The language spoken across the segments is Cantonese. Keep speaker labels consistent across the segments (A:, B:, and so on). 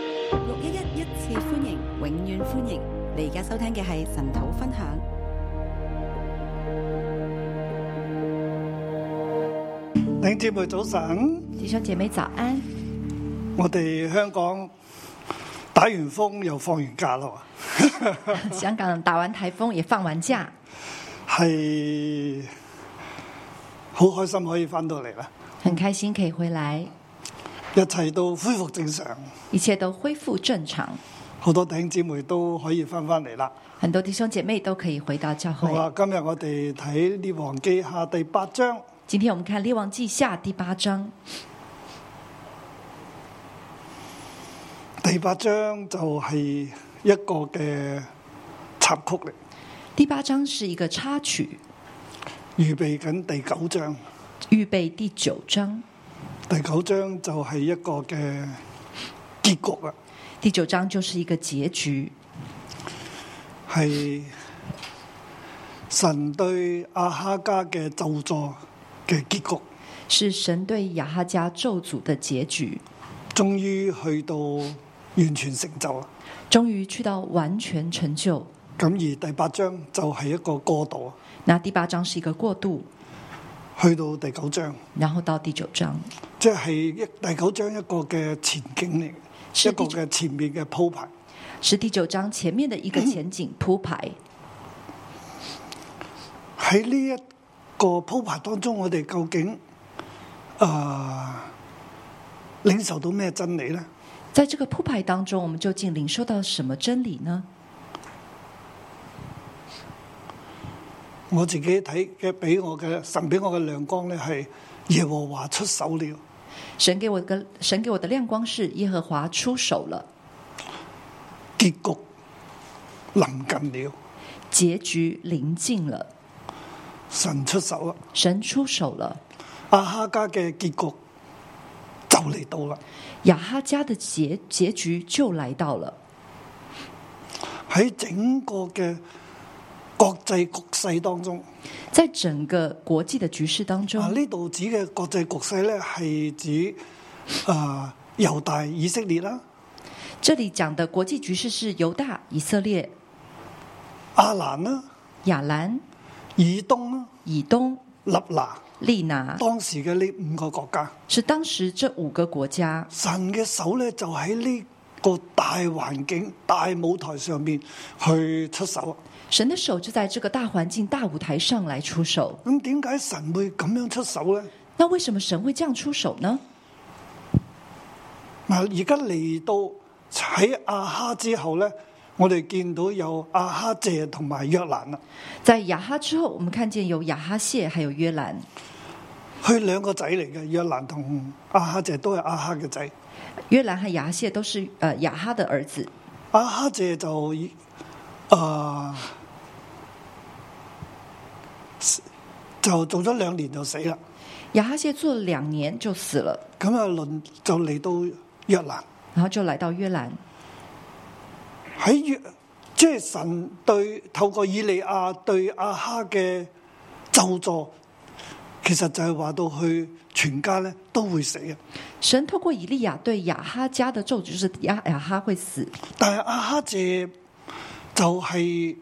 A: 一一一次歡迎，永遠歡迎！你而家收聽嘅係神土分享。
B: 弟兄姊妹早晨，
C: 弟兄姐妹早安！
B: 我哋香港打完風又放完假啦，
C: 香港打完台風也放完假，
B: 係好開心可以翻到嚟啦，
C: 很開心可以回來，
B: 一切都恢復正常，
C: 一切都恢復正常，
B: 好多弟兄姊妹都可以翻翻嚟啦。
C: 很多弟兄姐妹都可以回到教
B: 好
C: 會。
B: 啊，今日我哋睇《列王記下》第八章，
C: 今天我們看《列王記下》第八章，
B: 第八章就係一個嘅插曲嚟，
C: 第八章是一個插曲，
B: 預備緊第九章。
C: 預備第九章。
B: 第九章就係一個嘅結局啦。
C: 第九章就是一個結局，
B: 係神對阿哈家嘅咒詛嘅結局，
C: 是神對亞哈家咒詛的結局，
B: 終於去到完全成就啦。
C: 終於去到完全成就。
B: 咁而第八章就係一個過渡，啊
C: 那第八章是一個過渡，
B: 去到第九章，
C: 然後到第九章
B: 即係一第九章一個嘅前景嚟，
C: 是
B: 一個嘅前面嘅鋪排。
C: 是第九章前面的一個前景鋪排。
B: 喺呢一個鋪排當中，我哋究竟啊、領受到咩真理呢？
C: 在這個鋪排當中，我們究竟領受到什麼真理呢？
B: 我自己睇嘅俾我嘅神俾我嘅亮光咧，係耶和華出手了。
C: 神給我個神給我的亮光是耶和華出手了，
B: 結局臨近了，
C: 結局臨近了，
B: 神出手啦！
C: 神出手了，
B: 阿哈家嘅結局就嚟到啦。
C: 亞哈家的結結局就來到了。
B: 喺整個嘅國際局勢當中，
C: 在整個國際的局勢當
B: 啊
C: 中，
B: 呢度指嘅國際局勢咧係指啊猶大以色列啦、
C: 這裡講的國際局勢是猶大、以色列、
B: 阿蘭啦、
C: 亞蘭、
B: 以東啦、
C: 以東、
B: 立拿，
C: 利拿，
B: 當時嘅呢五個國家。
C: 是當時這五個國家。
B: 神嘅手咧就喺呢個大環境、大舞台上面去出手。啊
C: 神的手就在這個大環境、大舞台上來出手。
B: 咁點解神會咁樣出手咧？
C: 那為什麼神會這樣出手呢？
B: 嗱，而家嚟到喺阿哈之後咧，我哋見到有阿哈謝同埋約蘭啊啦，
C: 在亞哈之後，我們看見有亞哈謝，還有約蘭，
B: 佢兩個仔嚟嘅，約蘭同阿哈謝都係阿哈嘅仔。
C: 約蘭和亞哈謝都是呃亞哈的兒子。
B: 阿哈謝就以啊、就做咗兩年就死啦，
C: 亞哈謝做了兩年就死了，
B: 咁啊輪就嚟到約蘭。
C: 然後就來到約蘭。
B: 喺約，即係神對透過以利亞對阿哈嘅咒詛，其實就係話到佢全家咧都會死嘅。
C: 神透過以利亞對亞哈家的咒詛，就是亞亞哈會死。
B: 但係阿哈謝就係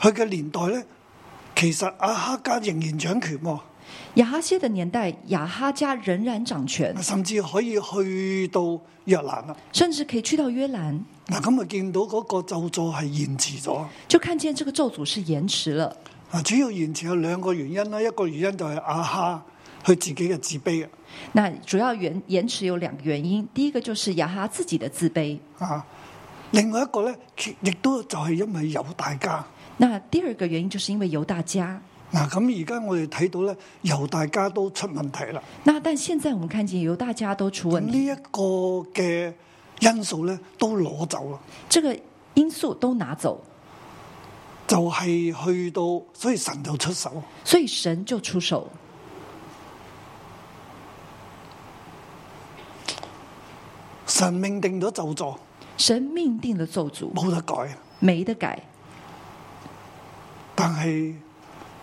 B: 佢嘅年代咧，其實阿哈家仍然掌權喎，
C: 亞哈謝的年代，亞哈家仍然掌權，
B: 甚至可以去到約蘭啦。
C: 甚至可以去到約蘭，
B: 嗱，咁啊見到嗰個咒詛係延遲咗。
C: 就看見這個咒詛是延遲了。
B: 啊，主要延遲有兩個原因啦，一個原因就係阿哈佢自己嘅自卑啊。
C: 那主要延延遲有兩個原因，第一個就是亞哈自己的自卑，
B: 啊，另外一個咧，其亦都就係因為猶大家
C: 那第二個原因就是因為猶大家。
B: 嗱，咁而家我哋睇到咧，猶大家都出問題啦。
C: 那但現在我們看見猶大家都出
B: 咁
C: 問題，
B: 呢一個嘅因素咧，都攞走啦，
C: 這個因素都拿走，
B: 就係、去到，所以神就出手。
C: 所以神就出手。
B: 神命定咗咒詛，
C: 神命定的咒詛
B: 冇得改。
C: 沒得改，
B: 但係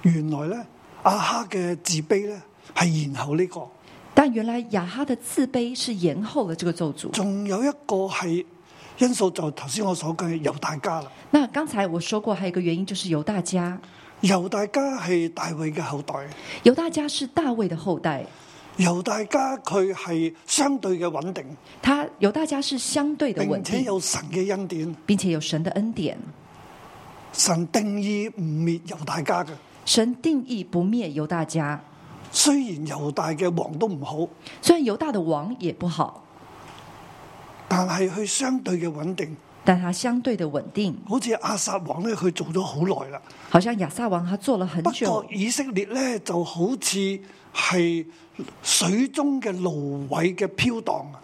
B: 原來咧，阿哈嘅自卑咧係延後呢、個，
C: 但原来亚哈的自卑是延后了这个咒诅。
B: 仲有一個係因素就頭先我所講嘅猶大家啦，
C: 那刚才我说过，还有一个原因就是犹大家，
B: 猶大家係大衛嘅後代，
C: 犹大家是大卫的后代，
B: 猶大家佢係相對嘅穩定，
C: 他犹大家是相对的稳
B: 並且
C: 定，
B: 有神嘅恩典，
C: 并且有神的恩典。
B: 神定義唔滅猶大家嘅。
C: 神定义不灭犹大家，
B: 雖然猶大嘅王都唔好，
C: 虽然犹大的王也不好，
B: 但係佢相對嘅穩定，
C: 但他相对的稳定。
B: 好似阿撒王咧，佢做咗好耐啦。
C: 好像亚撒王他做了很
B: 不過
C: 久，
B: 以色列咧就好似係水中嘅蘆葦嘅飄蕩啊，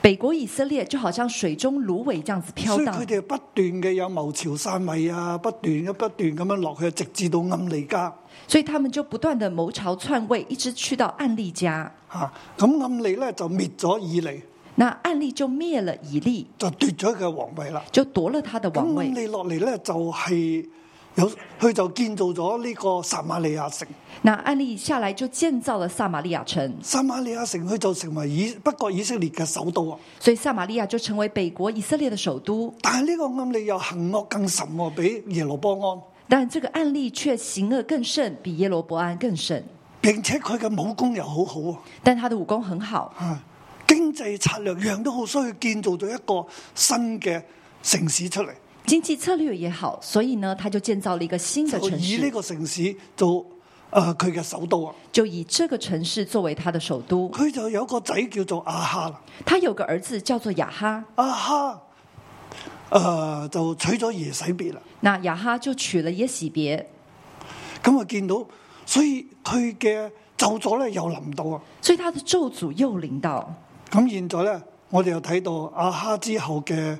C: 北国以色列就好像水中芦苇这样子飘
B: 所以
C: 荡
B: 佢，哋不斷嘅有謀朝散位啊，不斷嘅不斷咁樣落去，直至到暗利家
C: 所以他们就不断的谋朝篡位，一直去到暗利家。
B: 嚇。咁、暗利咧就滅咗以利，
C: 那暗利就灭了以利，
B: 就奪咗佢嘅皇位啦。
C: 就夺了他的王
B: 咁暗
C: 位。
B: 利落嚟咧就係、有佢就建造咗呢個撒瑪利亞城，
C: 那暗利下来就建造了撒玛利亚城，
B: 撒瑪利亞城佢就成為以不過以色列嘅首都啊。
C: 所以撒玛利亚就成为北国以色列的首都。
B: 但係呢個暗利又行惡更甚喎，比耶羅波安。
C: 但这个暗利却行恶更甚，比耶罗伯安更甚。
B: 並且佢嘅武功又好好啊！
C: 但他的武功很好，
B: 啊經濟策略樣都好，所以建造咗一個新嘅城市出嚟，
C: 经济策略也好，所以呢，他就建造了一个新的
B: 就
C: 城
B: 以呢
C: 市，
B: 個城市做诶佢嘅首都啊！
C: 就以这个城市作为他的首都。
B: 佢就有個仔叫做阿哈啦，
C: 他有个儿子叫做雅哈，
B: 阿啊哈诶、呃就娶咗耶洗別啦。
C: 那雅哈就娶了耶喜别，
B: 咁啊見到，所以佢嘅咒咗咧又臨到啊！
C: 所以他的咒诅又临到。
B: 咁現在咧，我哋又睇到阿哈之後嘅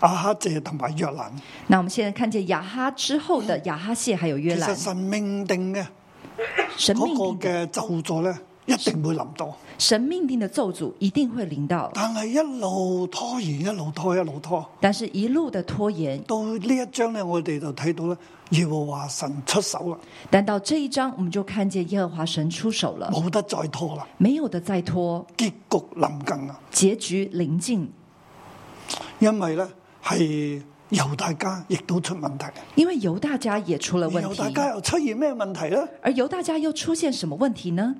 B: 阿哈謝同埋約蘭，
C: 那我们现在看见雅哈之后的雅哈谢还有
B: 其
C: 约
B: 實
C: 兰，
B: 神命定嘅。
C: 神命
B: 嗰
C: 定
B: 個
C: 的
B: 嘅咒詛咧，一定會臨到，
C: 神命定的咒诅一定会临到，
B: 但係一路拖延，一路拖，一路拖，
C: 但是一路的拖延。
B: 到呢一章咧，我哋就睇到咧，耶和華神出手啦，
C: 但到这一章，我们就看见耶和华神出手了，
B: 冇得再拖啦，
C: 没有的再拖，
B: 結局臨近啦，
C: 结局临近。
B: 因為咧係猶大家亦都出問題，
C: 因为犹大家也出了问
B: 猶
C: 题，
B: 大家又出現咩問題咧？
C: 而犹大家又出现什么问题呢？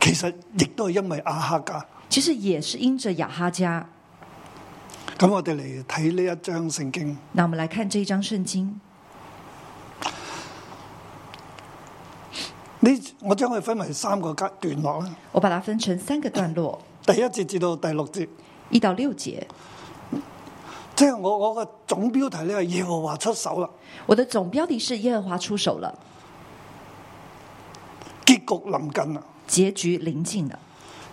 B: 其實亦都係因為亞哈家。
C: 其实也是因着雅哈家。
B: 咁我哋嚟睇呢一章聖經，
C: 那我们来看这一章圣经，
B: 呢我將佢分為三個階段落啦，
C: 我把它分成三个段落，
B: 第一節至到第六節。
C: 一到六节。
B: 即係我我個總標題咧係耶和華出手啦，
C: 我的总标题是耶和华出手了，
B: 結局臨近啦。
C: 结局临近了。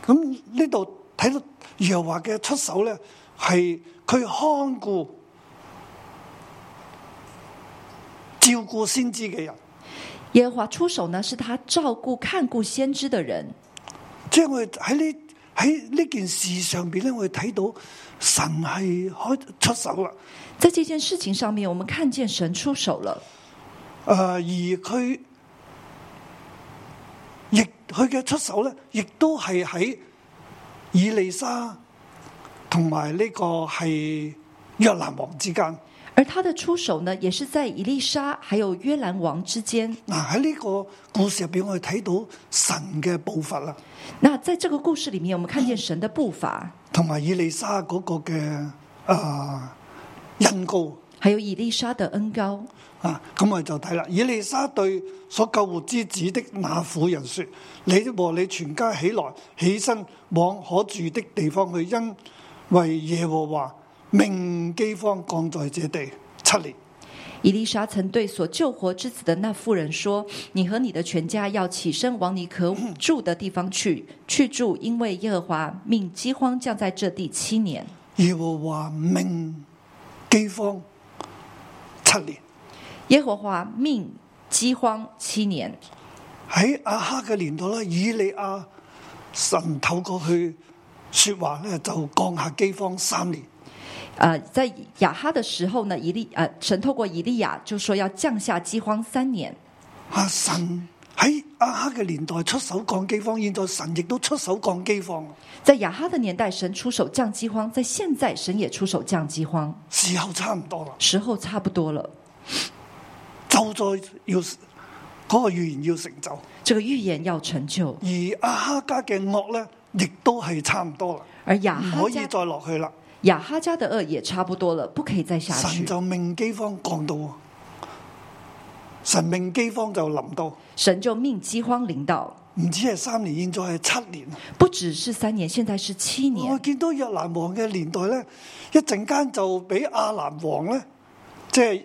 B: 咁呢度睇到耶和華嘅出手咧，係佢看顧、照顧先知嘅人，
C: 耶和华出手呢，是他照顾看顾先知的人。
B: 即係我哋喺呢喺呢件事上邊咧，我哋睇到神係開出手啦。
C: 在这件事情上面，我们看见神出手了，
B: 誒、呃而佢亦佢嘅出手咧，亦都係喺以利沙同埋呢個係約蘭王之間。
C: 而他的出手呢，也是在以利沙还有约兰王之间。
B: 嗱喺呢個故事入邊，我哋睇到神嘅步伐啦，
C: 那在这个故事里面，我们看见神的步伐，
B: 同埋以利沙嗰個嘅誒、呃恩膏
C: 还有以利沙的恩高。
B: 啊，咁我哋就睇啦。以利沙對所救活之子的那婦人說：你和你全家起來，起身往可住的地方去，因為耶和華命饑荒降在這地七年。
C: 以利沙曾对所救活之子的那妇人说：“你和你的全家要起身往你可住的地方去，去住，因为耶和华命饥荒降在这地七年。
B: 耶和華命饑荒七年。
C: 耶和华命饥荒七年。
B: 喺阿哈嘅年代咧，以利亞神透過去说話咧，就降下饑荒三年。
C: 呃，在雅哈的时候呢，以利呃，神透过以利亚就说要降下饥荒三年。
B: 啊，神喺阿哈嘅年代出手降饑荒，現在神亦都出手降饑荒，
C: 在亚哈的年代，神出手降饥荒；在现在，神也出手降饥荒。
B: 時候差唔多啦，
C: 时候差不多了，
B: 就在要嗰、個預言要成就，
C: 这个预言要成就，
B: 而阿哈家嘅惡咧，亦都係差唔多啦，
C: 而亚
B: 唔
C: 哈
B: 可以
C: 家
B: 再落去啦。
C: 亚哈家的恶也差不多了，不可以再下
B: 神
C: 去。
B: 就命饑荒降到，神命饑荒就臨到，
C: 神就命饥荒临到，
B: 唔止係三年，現在係七年。
C: 不只是三年，现在是七
B: 我
C: 年。
B: 見到若蘭王嘅年代咧，一陣間就俾亞蘭王咧，即係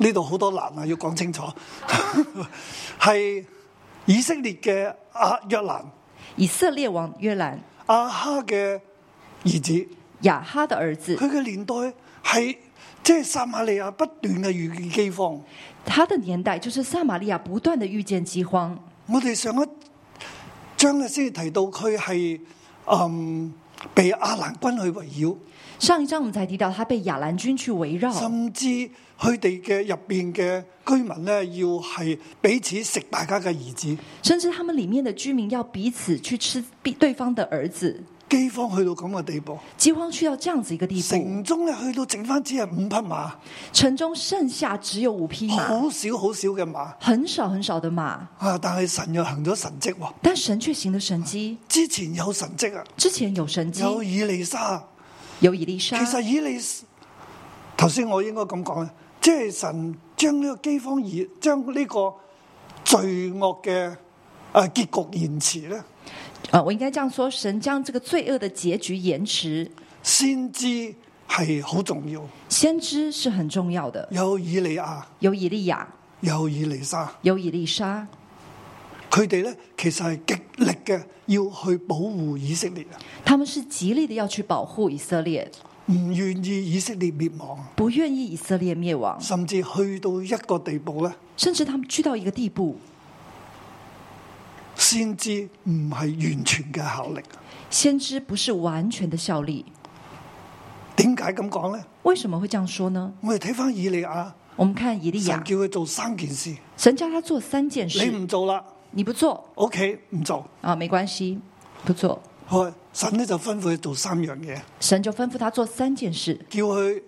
B: 呢度好多難啊，要講清楚， 係以色列嘅亞若蘭
C: 以色列王约兰，
B: 亞哈嘅兒子，
C: 亚哈的儿子，
B: 佢嘅年代係即係撒瑪利亞不斷嘅遇見饑荒。
C: 他的年代就是撒玛利亚不断的遇见饥荒。
B: 我哋上一章咧先提到佢係嗯被亞蘭軍去圍繞。
C: 上一章我们才提到，他被亚兰军去围绕，
B: 甚至佢哋嘅入边嘅居民咧，要係彼此食大家嘅兒子，
C: 甚至他们里面的居民要彼此去吃比对方的儿子。
B: 饑荒去到咁嘅地步，
C: 饥荒去到这样子一个地步，
B: 城中咧去到剩翻只係五匹馬，
C: 城中剩下只有五匹马，
B: 好少好少嘅馬
C: 很少很少的马，
B: 啊！但係神又行咗神迹喎，
C: 但神却行了神迹。
B: 之前有神迹啊，
C: 之前有神迹，
B: 有以利沙，
C: 有以利
B: 其
C: 沙，
B: 實以利頭先我應該咁講咧，啊即係神將呢個饑荒而將呢個罪惡嘅诶结局延遲咧。
C: 呃，我应该这样说，神将这个罪恶的结局延迟。
B: 先知係好重要，
C: 先知是很重要的，
B: 有以利亞，
C: 有以利亚，
B: 有以利沙，
C: 有以利沙，
B: 佢哋咧其實係極力嘅要去保護以色列，啊
C: 他们是极力的要去保护以色列，
B: 唔願意以色列滅亡，啊
C: 不愿意以色列灭亡，
B: 甚至去到一個地步咧，
C: 甚至他们去到一个地步，
B: 先知唔係完全嘅效力。啊
C: 先知不是完全的效力。
B: 點解咁講咧？
C: 为什么会这样说呢？
B: 我哋睇翻以利亞，
C: 我们看以利
B: 神
C: 亚，
B: 叫佢做三件事，
C: 神叫他做三件
B: 你
C: 事，
B: 唔做啦
C: 你不做
B: ，OK 唔做，
C: 啊，没关系，不做，
B: 好啊神咧就吩咐佢做三樣嘢，
C: 神就吩咐他做三件事，
B: 叫佢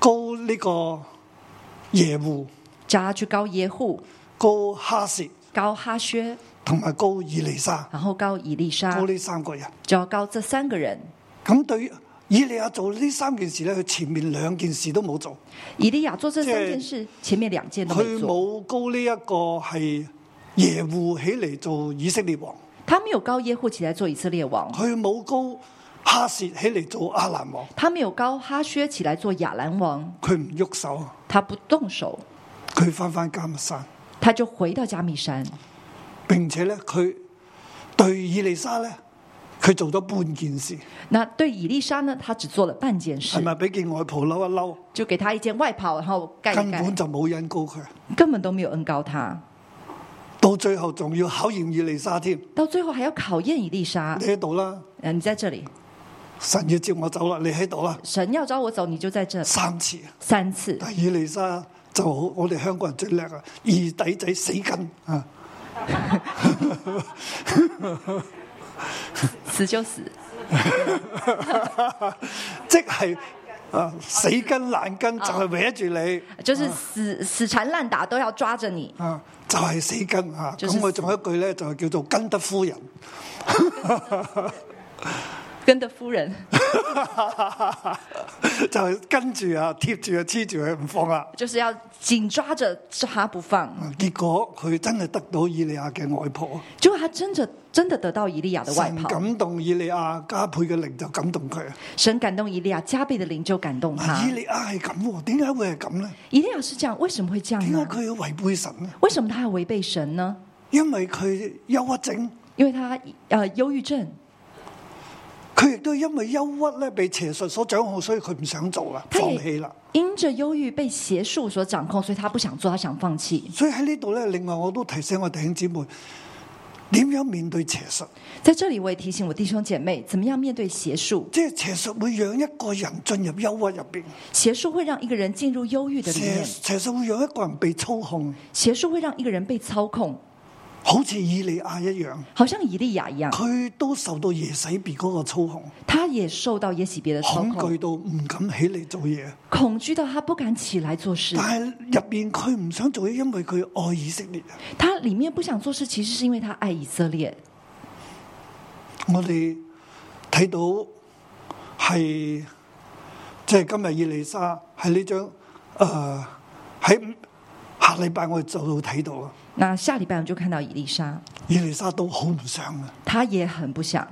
B: 高呢個耶户、
C: 叫他去高耶户、
B: 高哈薛
C: 高哈薛，
B: 同埋高以利沙，
C: 然后高以利沙
B: 高，呢三個人。
C: 就要高这三个人。
B: 咁對以利亞做呢三件事咧，佢前面兩件事都冇做，
C: 以利亚做这
B: 即係
C: 三件事，前面两件都
B: 佢
C: 没做，
B: 冇高呢一個係耶户起嚟做以色列王，
C: 他没有高耶户起来做以色列王，
B: 佢冇高哈薛起嚟做亞蘭王，
C: 他没有高哈薛起来做亚兰王，
B: 佢唔喐手，
C: 他不动手，
B: 佢翻返加密山，
C: 他就回到加密山，
B: 並且咧佢對以利沙咧，佢做咗半件事，
C: 那对以利沙呢，他只做了半件事
B: 係，咪俾件外袍嬲一嬲，
C: 就给他一件外袍，然后盖
B: 根
C: 一盖，
B: 本就冇引高佢，
C: 根本都没有恩高他。
B: 到最後仲要考驗以利沙添，
C: 到最后还要考验以利沙
B: 你。喺度啦，
C: 嗯，你在这里，
B: 神要接我走啦，你喺度啦，
C: 神要找我走，你就在这
B: 三次。
C: 三次。
B: 但以利沙就好，我哋香港人最叻啊，二底仔死緊啊，
C: 死就死，
B: 即係啊死跟爛跟就
C: 啊
B: 係搲住
C: 就是死死缠烂打都要抓着你。
B: 你啊，就係死跟啊。
C: 就
B: 咁、
C: 是
B: 我仲有一句咧，就叫做跟得夫人，
C: 跟的夫人
B: 就係跟住啊，貼住啊，黐住佢唔放啦。
C: 就是要紧抓着他不放。
B: 啊結果佢真係得到以利亞嘅外婆，
C: 结果他真的真的得到以利亚的外
B: 神
C: 袍，
B: 感動以利亞，加倍嘅靈就感動佢。
C: 神感动以利亚，加倍的灵就感动
B: 啊
C: 他
B: 以。利亞係咁喎，點解會係咁咧？
C: 以利亚是这样，为什么会这样
B: 點解
C: 呢？
B: 佢要違背神咧？
C: 为什么他要违背神呢？
B: 因為佢憂鬱症。
C: 因为他呃忧郁症，
B: 佢亦都因為憂鬱咧，被邪術所掌控，所以佢唔想做啦，
C: 他
B: 放
C: 也
B: 棄啦。
C: 因着忧郁被邪术所掌控，所以他不想做，他想放弃。
B: 所以喺呢度咧，另外我都提醒我弟兄姊妹，點樣面對邪術？
C: 在这里，我也提醒我弟兄姐妹，怎么样面对邪术？
B: 即係邪術會讓一個人進入憂鬱入邊，
C: 邪术会让一个人进入忧郁的里
B: 邪
C: 面，
B: 邪術會讓一個人被操控，
C: 邪术会让一个人被操控，
B: 好似以利亞一樣，
C: 好像以利亚一样，
B: 佢都受到耶洗別嗰個操控，
C: 他也受到耶洗别的操
B: 恐
C: 控，
B: 懼到唔敢起嚟做嘢。
C: 恐惧到他不敢起来做事
B: 但。係入邊佢唔想做嘢，因為佢愛以色列。
C: 他里面不想做事，其实是因为他爱以色列。
B: 我哋睇到係即係今日以利沙喺呢張誒喺下禮拜我哋就會睇到啊，
C: 那下礼拜我们就看到以丽莎，
B: 以利沙都好唔想啊。
C: 她也很不想。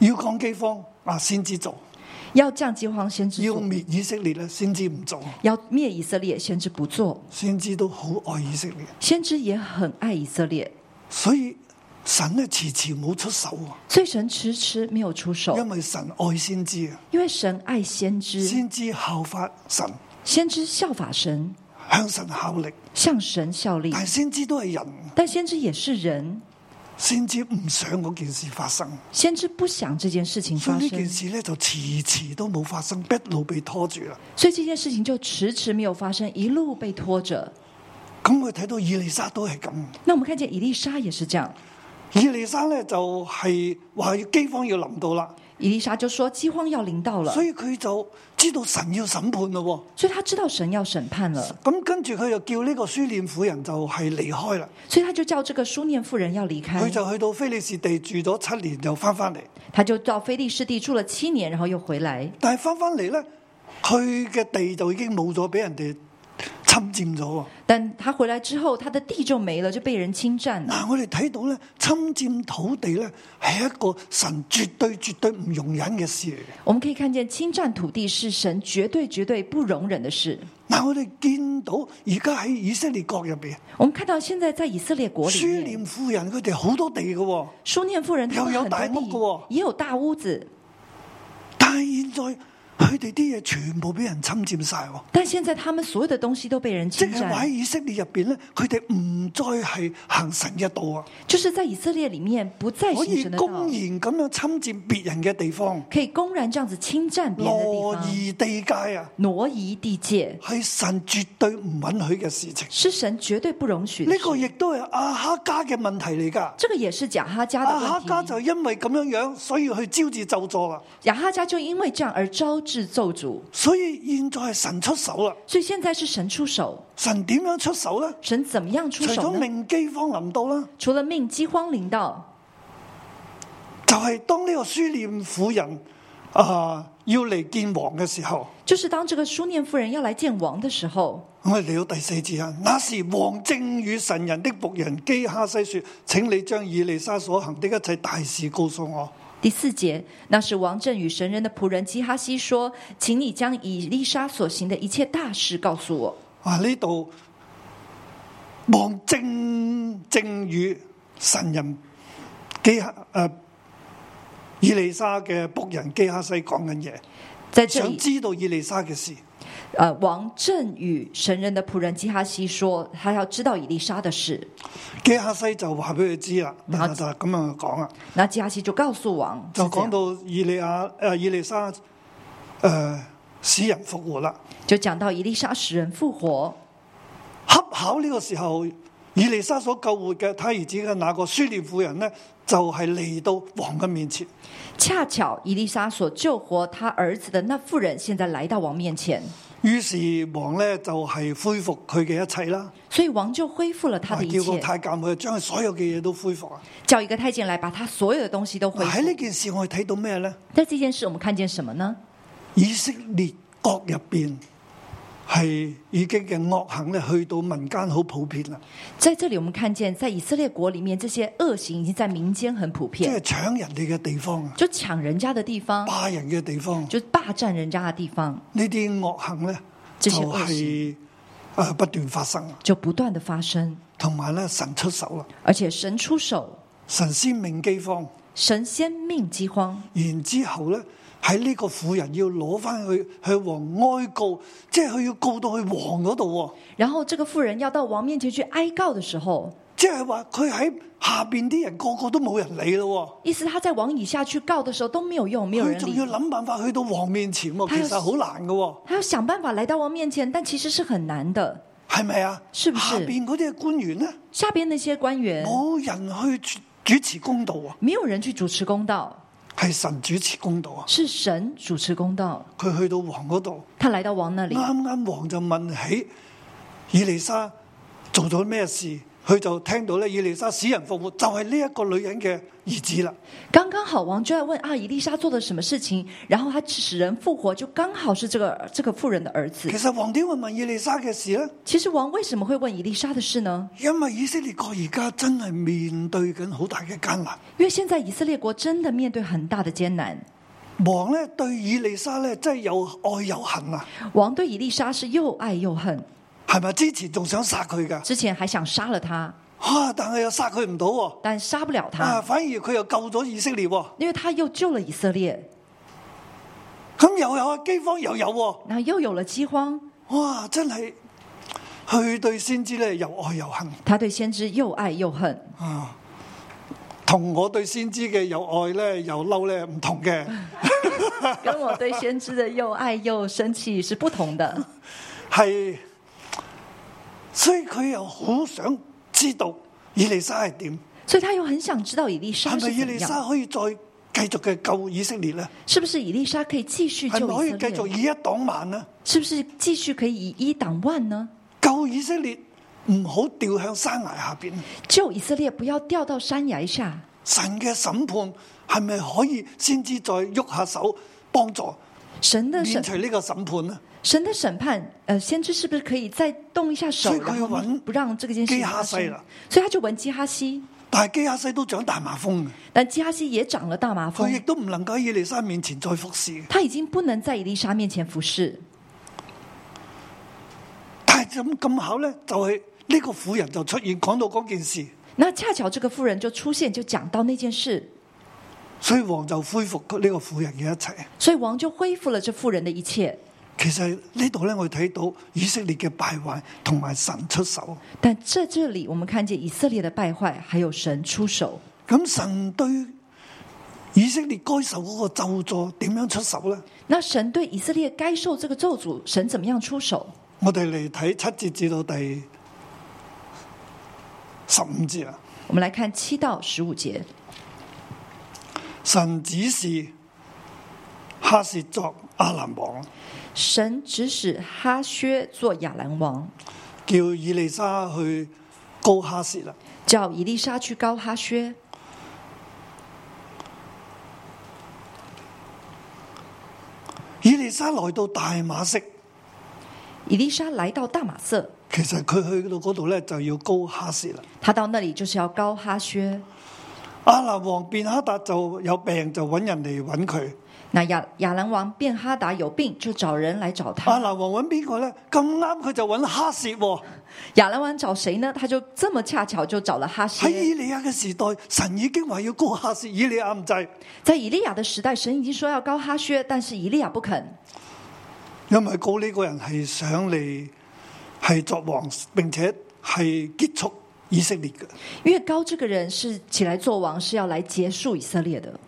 B: 要講饑荒啊，先知做；
C: 要降饥荒，先知
B: 要
C: 做；
B: 滅以色列咧，先知唔做。
C: 要灭以色列，先知不做。
B: 先知都好愛以色列，
C: 先知也很爱以色列，
B: 所以神咧遲遲冇出手啊，
C: 所以神迟迟没有出手，
B: 因為神愛先知啊，
C: 因为神爱先知，
B: 先知效法神，
C: 先知效法神，
B: 向神效力。
C: 向神效力。
B: 但係先知都係人，
C: 但先知也是人，
B: 先知唔想嗰件事發生。
C: 先知不想这件事情
B: 所
C: 发
B: 以呢
C: 生
B: 件，事咧就遲遲都冇發生，一路被拖住啦。
C: 所以这件事情就迟迟没有发生，一路被拖着。
B: 咁我睇到以利沙都係咁，
C: 那我们看见以丽莎也是这样，
B: 以利沙咧就係話要饑荒要臨到啦，
C: 以丽莎就说饥荒要临到了
B: 所，以佢就知道神要審判咯
C: 所以她知道神要审判了
B: 喎。，咁跟住佢就叫呢個書念婦人就係離開啦，
C: 所以她就叫这个书念妇人要离开
B: 佢，就去到菲利士地住咗七年，又翻返嚟。
C: 她就到菲利士地住了七年，然后又回来。
B: 但係翻返嚟咧，佢嘅地就已經冇咗，俾人哋侵佔咗喎。
C: 但他回来之后，他的地就没了，就被人侵占了。
B: 嗱，我哋睇到咧，侵佔土地咧係一個神絕對絕對唔容忍嘅事嚟嘅。
C: 我们可以看见，侵占土地是神绝对绝对不容忍的事。
B: 嗱，我哋見到而家喺以色列國入邊，
C: 我们看到现在在以色列国里
B: 書
C: 面，
B: 念婦人佢哋好多地嘅喎，
C: 书念妇人他们
B: 又有
C: 很多
B: 大屋
C: 地
B: 的哦
C: 也有大屋子，
B: 但係現在佢哋啲嘢全部俾人侵佔晒喎，
C: 但现在他们所有的东西都被人
B: 即
C: 侵
B: 係話喺
C: 占。
B: 以色列入邊咧，佢哋唔再係行神嘅道啊，
C: 就是在以色列里面不再
B: 可
C: 行
B: 以
C: 神的道，
B: 公然咁樣侵佔別人嘅地方，
C: 可以公然这样子侵占别人的地
B: 挪
C: 方，
B: 移地界啊，
C: 挪移地界
B: 係神絕對唔允許嘅事情。
C: 是神绝对不容许的
B: 呢
C: 事。
B: 個亦都係阿哈家嘅問題嚟㗎。
C: 这个也是贾哈家
B: 阿
C: 的
B: 哈
C: 问
B: 家
C: 题。
B: 就因為咁樣樣，所以去招致咒助啦。
C: 雅哈家就因为这样而招致咒诅，
B: 所以現在係神出手啦。
C: 所以现在是神出手，
B: 神點樣出手呢？
C: 神怎么样出
B: 除
C: 手
B: 咗
C: 呢？
B: 命饑荒臨到啦，
C: 除了命饥荒临到，
B: 就係當呢個書念婦人啊、要嚟見王嘅時候，
C: 就是当这个书念妇人要来见王的时候，
B: 我哋嚟到第四節啊。那時王正與神人的仆人基哈西說：請你將以利沙所行的一切大事告訴我。
C: 第四节，那是王振与神人的仆人基哈西说：“请你将以利沙所行的一切大事告诉我。
B: 啊，呢度王正正與神人基哈诶、以利沙嘅仆人基哈西講緊嘢，”
C: 在这
B: 想
C: 里，
B: 知道以利沙嘅事。
C: 呃，王振与神人的仆人基哈西说，他要知道以利沙的事。
B: 基哈西就話俾佢知啦，
C: 嗯
B: 嗱就咁樣講啊，
C: 那基哈西就告诉王，
B: 就是
C: 这
B: 講
C: 样
B: 到以利亞诶、呃以利沙诶、呃使人復活啦。
C: 就讲到以利沙使人复活。
B: 恰巧呢個時候，以利沙所救活嘅他兒子嘅那個書念婦人呢，就係嚟到王嘅面前。
C: 恰巧以利沙所救活他儿子的那妇人，现在来到王面前，
B: 於是王呢，就係恢復佢嘅一切啦，
C: 所以王就恢复了他的一
B: 叫個
C: 切，
B: 太監佢將佢所有嘅嘢都恢復啊。
C: 叫一个太监来把他所有的东西都恢
B: 喺呢
C: 复。
B: 件事我哋睇到咩呢？
C: 在这件事，我们看见什么呢？
B: 以色列國入邊係已經嘅惡行咧，去到民間好普遍啦。
C: 在这里，我们看见在以色列国里面，这些恶行已经在民间很普
B: 即係
C: 遍，
B: 搶人哋嘅地方啊，
C: 就抢人家的地方，
B: 霸人嘅地方，呢
C: 就霸占人家的地方，
B: 啲惡行咧就
C: 這些惡行
B: 係誒不斷發生啊，
C: 就不断的发生，
B: 同埋咧神出手啦，
C: 而且神出手，
B: 神先命饑荒，
C: 神先命饥荒，
B: 然之後咧喺呢個婦人要攞翻去去王哀告，即係佢要告到去王嗰度喎，
C: 然后这个妇人要到王面前去哀告的时候，
B: 即係話佢喺下邊啲人個個都冇人理咯
C: 意思他在往以下去告的时候都没有用，没
B: 喎，
C: 有
B: 佢
C: 人
B: 仲
C: 理
B: 要。諗辦法去到王面前喎，
C: 他要
B: 其實好難嘅喎，
C: 他要想办法来到王面前，但其实是很难的。
B: 係咪啊？
C: 是不是
B: 下邊嗰啲嘅官員咧，
C: 下边那些官员
B: 冇人去主主持公道啊，
C: 没有人去主持公道，
B: 係神主持公道啊。
C: 是神主持公道。
B: 佢去到王嗰度，
C: 他来到王那里，
B: 啱啱王就問起以利沙做咗咩事，佢就聽到咧以利沙使人復活，就係呢一個女人嘅兒子啦。
C: 刚刚好王就要问啊，以丽莎做了什么事情，然后他使人复活，就刚好是这个这个妇人的儿子
B: 其。實王點會問以利沙嘅事呢？
C: 其实王为什么会问以丽莎的事呢？
B: 因為以色列國而家真係面對緊好大嘅艱難。
C: 因为现在以色列国真的面对很大的艰难，
B: 王咧對以利沙咧真係有愛有恨啊，
C: 王对以丽莎是又爱又恨，
B: 係咪？之前仲想殺佢噶，
C: 之前还想杀了她，
B: 啊！但係又殺佢唔到喎，
C: 但杀不了
B: 啊！
C: 她，
B: 反而佢又救咗以色列喎，
C: 因为她又救了以色列，
B: 咁又有啊饑荒又有喎。
C: 然后又有了饥荒，
B: 哇！真係佢對先知咧又愛又恨
C: 他对先知又爱又 恨，
B: 啊，同我對先知嘅又愛咧又嬲咧唔同嘅，
C: 跟我对先知的又爱又生气是不同的。
B: 係，所以佢又好想知道以利沙係點，
C: 所以他又很想知道以丽莎
B: 係
C: 是
B: 咪以
C: 怎么
B: 利
C: 样。
B: 沙可以再繼續嘅救以色列咧？
C: 是不是以丽莎可以继续
B: 係
C: 救
B: 咪可以
C: 以
B: 繼
C: 色
B: 續
C: 列？
B: 以一擋萬呢？
C: 是不是继续可以以一挡万呢？
B: 救以色列唔好掉向山崖下邊，
C: 救以色列不要掉到山崖下。
B: 神嘅審判係咪可以先知再喐下手幫助
C: 神的
B: 免
C: 审
B: 除呢個審判呢？
C: 神的审判，呃，先知是不是可以再动一下手
B: 所以，佢
C: 然
B: 要
C: 后
B: 揾
C: 不让这个件事情
B: 基
C: 发生
B: 哈西啦？
C: 所以他就闻基哈西，
B: 但係基亞西都長大麻風嘅，
C: 但基哈西也长了大麻
B: 佢亦
C: 风，
B: 都唔能夠喺以利沙面前再服侍嘅。
C: 他已经不能在以丽莎面前服侍。
B: 但係咁咁巧咧，就係、呢個婦人就出現講到嗰件事，
C: 那恰巧这个妇人就出现，就讲到那件事，
B: 所以王就恢復呢個婦人嘅一切。
C: 所以王就恢复了这妇人的一切。
B: 其實呢度咧，我哋睇到以色列嘅敗壞同埋神出手。
C: 但在这里，我们看见以色列的败坏，还有神出手。
B: 咁神對以色列該受嗰個咒詛點樣出手咧？
C: 那神对以色列该受这个咒诅，神怎么样出手？
B: 我哋嚟睇七節至到第十五節啊。
C: 我们来看七到十五节，
B: 神指示哈薛作阿蘭王。
C: 神指使哈薛做亚兰王，
B: 叫以利沙去高哈薛啦。
C: 叫以利沙去高哈薛。
B: 以利沙來到大馬色，
C: 以利沙来到大马色，
B: 其實佢去到嗰度咧就要高哈薛啦。
C: 他到那里就是要高哈薛。
B: 阿蘭王便哈達就有病，就揾人嚟揾佢。
C: 那亚亚兰王便哈达有病，就找人来找
B: 阿
C: 他。
B: 蘭王揾邊個咧？咁啱佢就揾哈薛喎。
C: 亚兰王找谁呢？他就这么恰巧就找了哈
B: 喺
C: 薛。
B: 以利亞嘅時代，神已經話要高哈薛，以利亞唔制，
C: 在以利亚的时代，神已经说要高哈薛，但是以利亚不肯，
B: 因為高呢個人係想嚟係作王，並且係結束以色列嘅。
C: 因为高这个人是起来做王，是要来结束以色列的。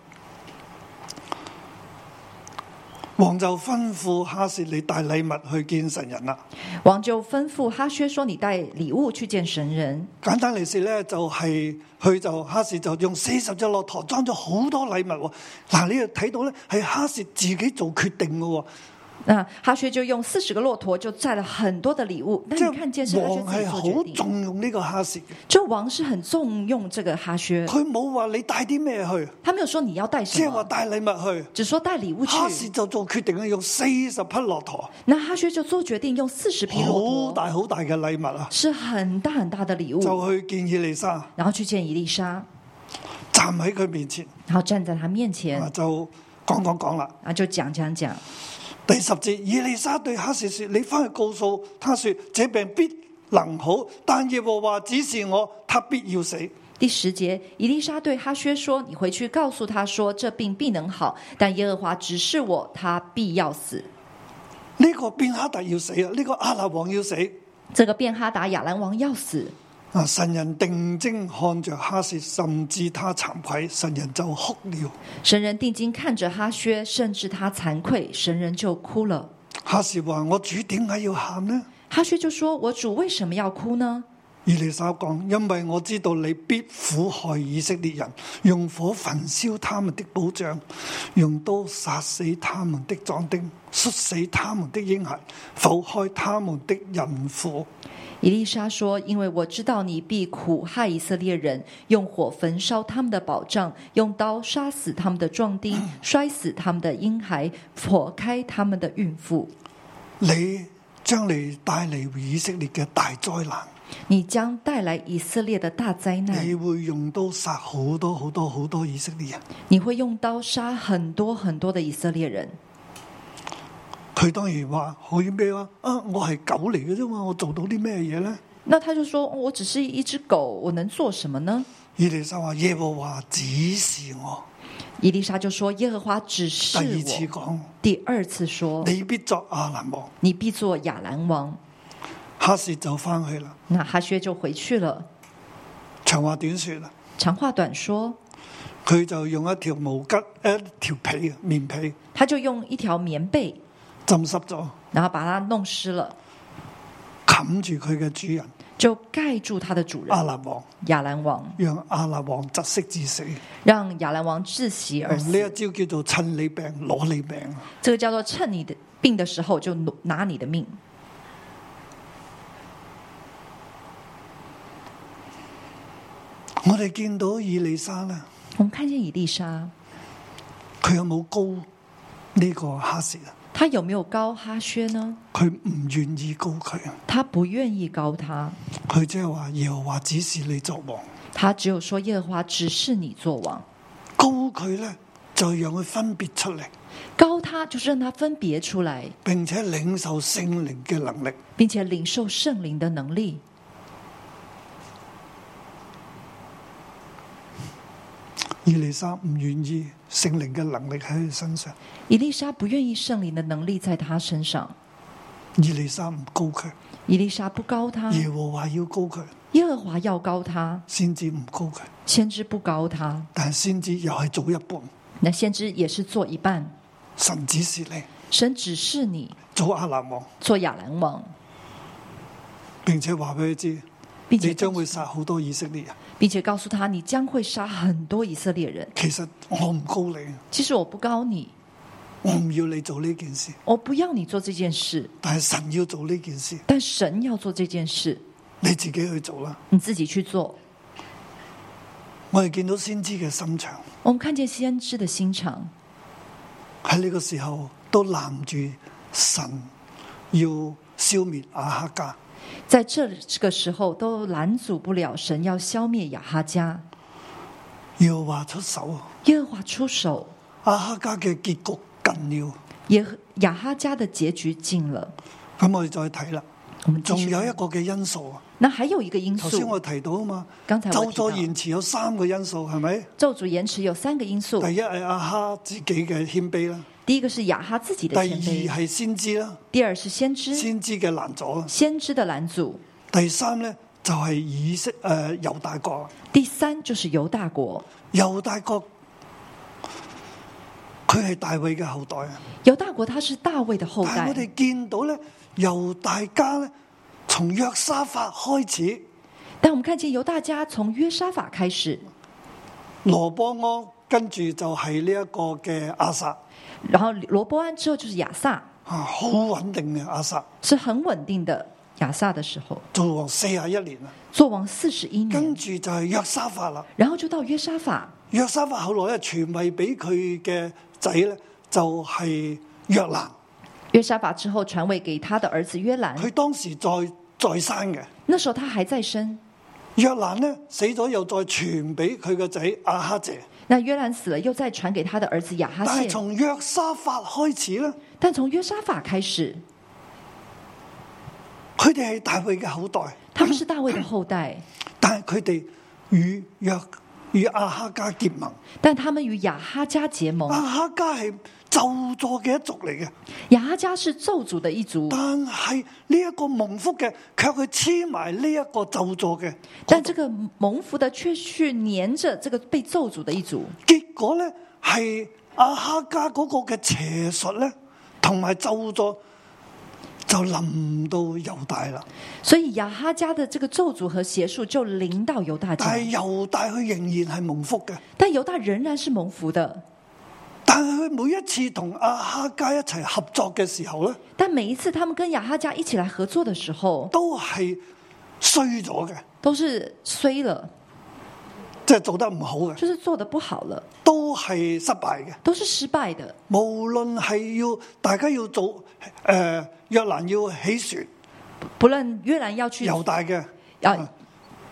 B: 王就吩咐哈薛你帶禮物去見神人啦。
C: 王就吩咐哈薛说：“你带礼物去见神人。
B: 簡單嚟說咧，就係、佢就哈士就用四十隻駱駝裝咗好多禮物喎。嗱，你又睇到咧，係哈士自己做決定嘅喎，”
C: 那哈薛就用四十个骆驼，就载了很多的礼物。那你看见是
B: 係
C: 哈薛
B: 王
C: 自
B: 係
C: 己做
B: 好
C: 决定，
B: 重用呢個哈士嘅，
C: 就王是很重用这个哈薛，
B: 佢冇話你帶啲咩去，
C: 他没有说你要带
B: 即
C: 什
B: 係話
C: 么，
B: 帶禮物去。
C: 只说带礼物去。
B: 哈士就做決定啦，用四十匹駱駝，
C: 那哈薛就做决定，用四十匹
B: 好
C: 骆驼，
B: 大好大嘅禮物啊，
C: 是很大很大的礼物，
B: 就去見以利沙，
C: 然后去见以丽莎，
B: 站喺佢面前，
C: 然后站在他面前
B: 啊，就講講講啦。
C: 然后就讲讲讲。
B: 第十節，以利沙對哈士說：你翻去告訴他說，這病必能好，但耶和華指示我，他必要死。
C: 第第十节，以利沙对哈薛说：“你回去告诉他说，这病必能好，但耶和华指示我，他必要死。
B: 呢、個變哈特要死啊！呢、個阿納王要死
C: 这个便哈达亚兰王要死。”
B: 啊！神人定睛看着哈薛，甚至他慚愧，神人就哭了。
C: 神人定睛看着哈薛，甚至他惭愧，神人就哭了。
B: 哈薛話：我主點解要喊呢？
C: 哈薛就说：“我主为什么要哭呢？
B: 以利沙講：因為我知道你必苦害以色列人，用火焚燒他們的保障，用刀殺死他們的壯丁，摔死他們的嬰孩，剖開他們的孕婦。
C: 以丽莎说：“因为我知道你必苦害以色列人，用火焚烧他们的保障，用刀杀死他们的壮丁，摔死他们的婴孩，剖开他们的孕妇。
B: 你將嚟帶嚟以色列嘅大災難，
C: 你将带来以色列的大灾
B: 你
C: 难。
B: 會用刀殺好多好多好多以色列人。
C: 你会用刀杀很多很多的以色列人。
B: 佢當然話可以咩啊？啊，我係狗嚟嘅啫嘛，我做到啲咩嘢呢？
C: 那他就说：‘哦我只是一只狗，我能做什么呢
B: 以利沙話：耶和華指示我。？’
C: 以丽莎就说：‘耶和华指
B: 第
C: 示
B: 二次
C: 我。’
B: 講，
C: 第二次说
B: 你必作亞蘭王。：‘
C: 你必做亚兰王。’
B: 哈薛就翻去啦。
C: 那哈薛就回去了。
B: 長話短說啦，
C: 长话短说，
B: 佢就用一條毛巾、一條被啊，棉被
C: 他就用一条棉被，
B: 浸濕咗，
C: 然后把它弄湿了，
B: 冚住佢嘅主人
C: 就盖住他的主
B: 亞
C: 人
B: 蘭王，
C: 亚兰王，
B: 讓亞蘭王窒息致死。
C: 让亚兰王窒息
B: 呢
C: 而
B: 一
C: 死。
B: 招叫做趁你病攞你命。
C: 这个叫做趁你的病的时候就拿你的命。
B: 我哋見到以利沙呢，
C: 我们看见以丽莎，
B: 佢有冇高呢個哈薛啊？
C: 她有没有高哈薛呢？
B: 佢唔願意高佢，啊
C: 她不愿意高他，
B: 佢即係話耶和華指示你作王，
C: 她只有说耶和华指示你做王，
B: 高佢呢，就讓佢分別出嚟，
C: 高他就是让他分别出来，
B: 並且領受聖靈嘅能力。
C: 并且领受圣灵的能力。
B: 以利沙唔願意聖靈嘅能力喺佢身上，
C: 以丽莎不愿意圣灵的能力在她身上，
B: 以利沙唔高佢，
C: 以丽莎不高他，
B: 耶和華要高佢，
C: 耶和华要高他，
B: 先至唔高佢，
C: 先知不高他，
B: 但係先至又係早一半。
C: 那先知也是做一半。
B: 神指示你
C: 神指示你
B: 做亞蘭王，
C: 做亚兰王，
B: 並且話俾佢知，
C: 并且
B: 你將會殺好多以色列人。
C: 并且告诉他你将会杀很多以色列人。
B: 其實我唔高你，
C: 其实我不高你，
B: 我唔要你做呢件事，
C: 我不要你做这件事，
B: 但係神要做呢件事，
C: 但神要做这件事，
B: 你自己去做啦。
C: 你自己去做。
B: 我哋見到先知嘅心腸
C: 我们看见先知的心肠，
B: 喺呢個時候都攔住神要消滅亞哈家。
C: 在这这个时候都拦阻不了神要消灭亚哈家。
B: 要話出手，
C: 耶和华出手，
B: 阿哈家嘅結局近了，
C: 耶和亚哈家的结局近了。
B: 咁我哋再睇啦。
C: 我们继
B: 仲
C: 续
B: 有一個嘅因素啊，
C: 那还有一个因
B: 頭先
C: 素
B: 我，提到啊嘛，
C: 刚才我
B: 咒
C: 提到
B: 作延遲有三個因素係咪？
C: 咒诅延迟有三个因素，
B: 第一係阿哈自己嘅謙卑啦，
C: 第一个是亚哈自己
B: 第
C: 的谦卑嗯
B: 二，係先知啦，
C: 第二是先知
B: 先知嘅攔阻啦，
C: 先知的拦阻，
B: 第三咧就係以色誒猶大國，
C: 第三就是犹大国。
B: 猶大國佢係大衛嘅後代啊，
C: 犹大国他是大卫的后
B: 但係我
C: 代，
B: 哋見到咧猶大家咧從約沙法開始。
C: 但我们看见犹大家从约沙法开始，
B: 羅波安跟住就係呢一個嘅阿薩
C: 然后罗伯安之后就是亚萨，
B: 啊，好穩定嘅阿薩，
C: 是很稳定的。亚萨的时候
B: 做王四十一年啦。
C: 做王四十一
B: 跟
C: 年，
B: 住就係約沙法啦，
C: 然后就到约沙法，
B: 約沙法後來咧傳位俾佢嘅仔咧，就係約蘭，
C: 约沙法之后传位给他的儿子约兰，
B: 佢當時在在生嘅。
C: 那时候他还在生。
B: 約蘭呢死咗又再傳俾佢個仔阿哈謝，
C: 那约兰死了，又再传给他的儿子亚哈
B: 但係
C: 谢。
B: 從約沙法開始咧，
C: 但从约沙法开 始，
B: 佢哋係大衛嘅後代，
C: 他们是大卫的后代，
B: 但係佢哋與約與阿哈家結盟。
C: 但他们与雅哈家结
B: 阿
C: 盟。
B: 哈家係咒詛嘅一族嚟嘅，
C: 雅哈家是咒诅的一族，
B: 但係呢一個蒙福嘅，卻去黐埋呢一個咒詛嘅。
C: 但这个蒙福的却去黏着这个被咒诅的一族。
B: 結果咧係阿哈家嗰個嘅邪術咧，同埋咒咗就臨到猶大啦。
C: 所以雅哈家的这个咒诅和邪术就临到犹大家哎
B: 但，係猶大佢仍然係蒙福嘅，
C: 但犹大仍然是蒙福的。
B: 但係佢每一次同阿哈家一齊合作嘅時候咧，
C: 但每一次他们跟雅哈家一起来合作的时候，
B: 都係衰咗嘅，
C: 都是衰了，
B: 即係做得唔好嘅，
C: 就是做的不好了，
B: 都係失敗嘅。
C: 都是失敗的。
B: 無論係要大家要做诶、呃、約蘭要起船，
C: 不论约兰要去
B: 猶大嘅
C: 啊，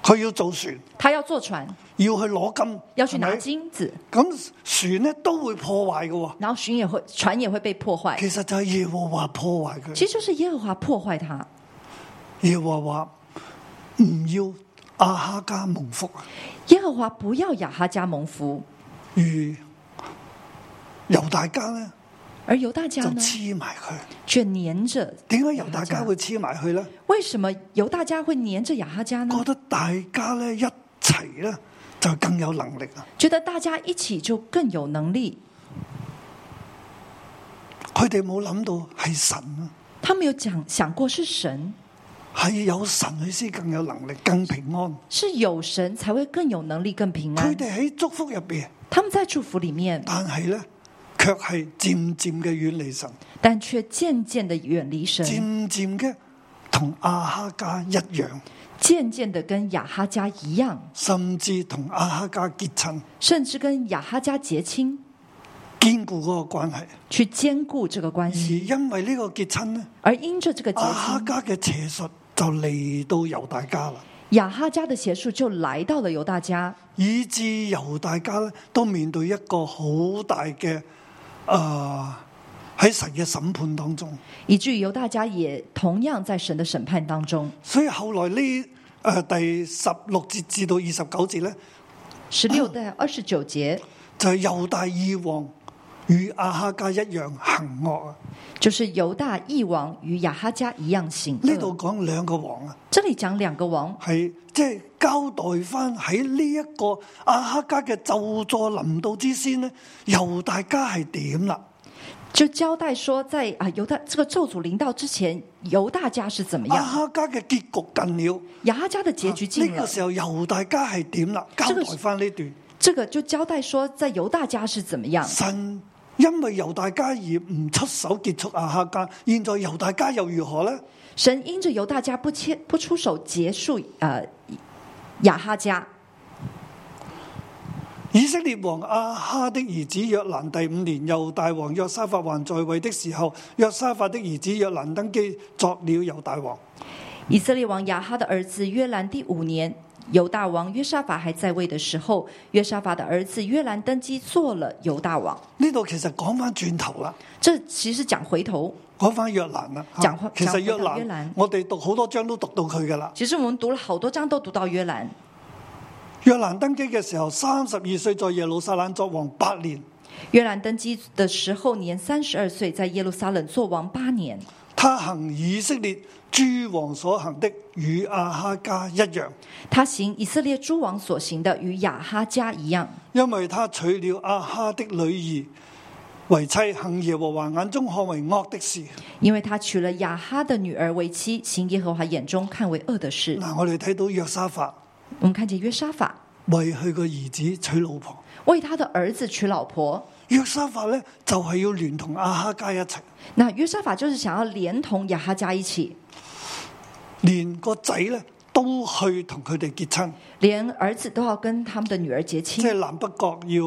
B: 佢要做船，
C: 他要坐船，
B: 要去攞金，
C: 要去
B: 係咪
C: 拿金子，
B: 咁船咧都會破壞嘅、喎，
C: 然后船也会船也会被破坏。
B: 其實就係耶和華破壞佢。
C: 其实就是耶和华破坏他，
B: 耶和華唔要阿哈加蒙福啊，
C: 耶和华不要雅哈家蒙福，
B: 如猶大家咧
C: 而犹大家
B: 就
C: 呢
B: 黐埋佢。
C: 却黏着。
B: 點解猶大
C: 雅
B: 家
C: 哈
B: 會黐埋佢咧？
C: 为什么犹大家会黏着雅哈家呢
B: 覺？得大家咧一齊咧就更有能力啊！
C: 觉得大家一起就更有能力，
B: 佢哋冇諗到係神啊，
C: 他们有讲想过是神，
B: 係有神佢先更有能力，更平安。
C: 是有神才会更有能力、更平安
B: 佢。哋喺祝福入邊，
C: 他们在祝福里面，
B: 但係咧卻係漸漸嘅遠離神。
C: 但却渐渐的远离神，
B: 漸漸嘅同阿哈家一樣，
C: 渐渐的跟雅哈家一样，
B: 甚至同阿哈家結親，
C: 甚至跟雅哈家结亲，
B: 堅固嗰個關係。
C: 去兼顾这个关
B: 而
C: 系。
B: 因為呢個結親呢，
C: 而因着这个结
B: 阿哈
C: 亲，
B: 家嘅邪術就嚟到猶大家啦，
C: 雅哈家的邪术就来到了犹大家，
B: 以致猶大家咧都面對一個好大嘅啊喺神嘅審判當中。
C: 以至于犹大家也同样在神的审判当中。
B: 所以後來呢誒、呃第十六節至到二十九節咧，
C: 十六到二十九节，
B: 就係、猶大以往與阿哈家一樣行惡啊！
C: 就是犹大一王与雅哈家一样行恶。
B: 呢度講兩個王啊。
C: 这里讲两个王，
B: 系即系交代翻喺呢一個阿哈家嘅咒助臨到之先呢，猶大家係點啦？
C: 就交代说在，啊犹大这个咒诅临到之前，犹大家是怎么
B: 阿
C: 样，
B: 哈家嘅結局近了，
C: 雅哈家的结局
B: 呢、
C: 近
B: 個
C: 了。
B: 時候猶大家係點啦？交
C: 這個
B: 代翻呢段，
C: 这个就交代说，在犹大家是怎么样，
B: 神因為猶大家而唔出手結束阿哈家，現在猶大家又如何呢？
C: 神因着犹大家不切不出手结束呃雅哈家。
B: 以色列王阿哈的兒子約蘭第五年，猶大王約沙法還在位的時候，約沙法的兒子約蘭登基作了猶大王。
C: 以色列王雅哈的儿子约兰第五年，犹大王约沙法还在位的时候，约沙法的儿子约兰登基做了犹大王。
B: 呢度其實講翻轉頭啦。
C: 这其实讲回头，
B: 講翻約蘭啦，
C: 講返
B: 其實
C: 講
B: 約
C: 回到約
B: 蘭
C: 蘭，
B: 我哋讀好多章都讀到佢噶啦。
C: 其实我们读了好多章都读到约兰。
B: 約蘭登基嘅時候，三十二歲在耶路撒冷作王八年，
C: 约兰登基的时候年三十二岁，在耶路撒冷做王八年。
B: 他行以色列諸王所行的，與阿哈家一樣，
C: 他行以色列诸王所行的，与雅哈家一样，
B: 因為他娶了阿哈的女兒為妻，行耶和華眼中看為惡的事。
C: 因为他娶了雅哈的女儿为妻，行耶和华眼中看为恶的事。
B: 嗱，我哋睇到約沙法
C: 我们看见约沙法
B: 為佢個兒子娶老婆，
C: 为他的儿子娶老婆，
B: 約沙法呢，就係要聯同阿哈家一齊，
C: 那约沙法就是想要连同雅哈家一起，
B: 連個仔呢，都去同佢哋結親。
C: 连儿子都要跟他们的女儿结
B: 即
C: 亲
B: 係，南北國要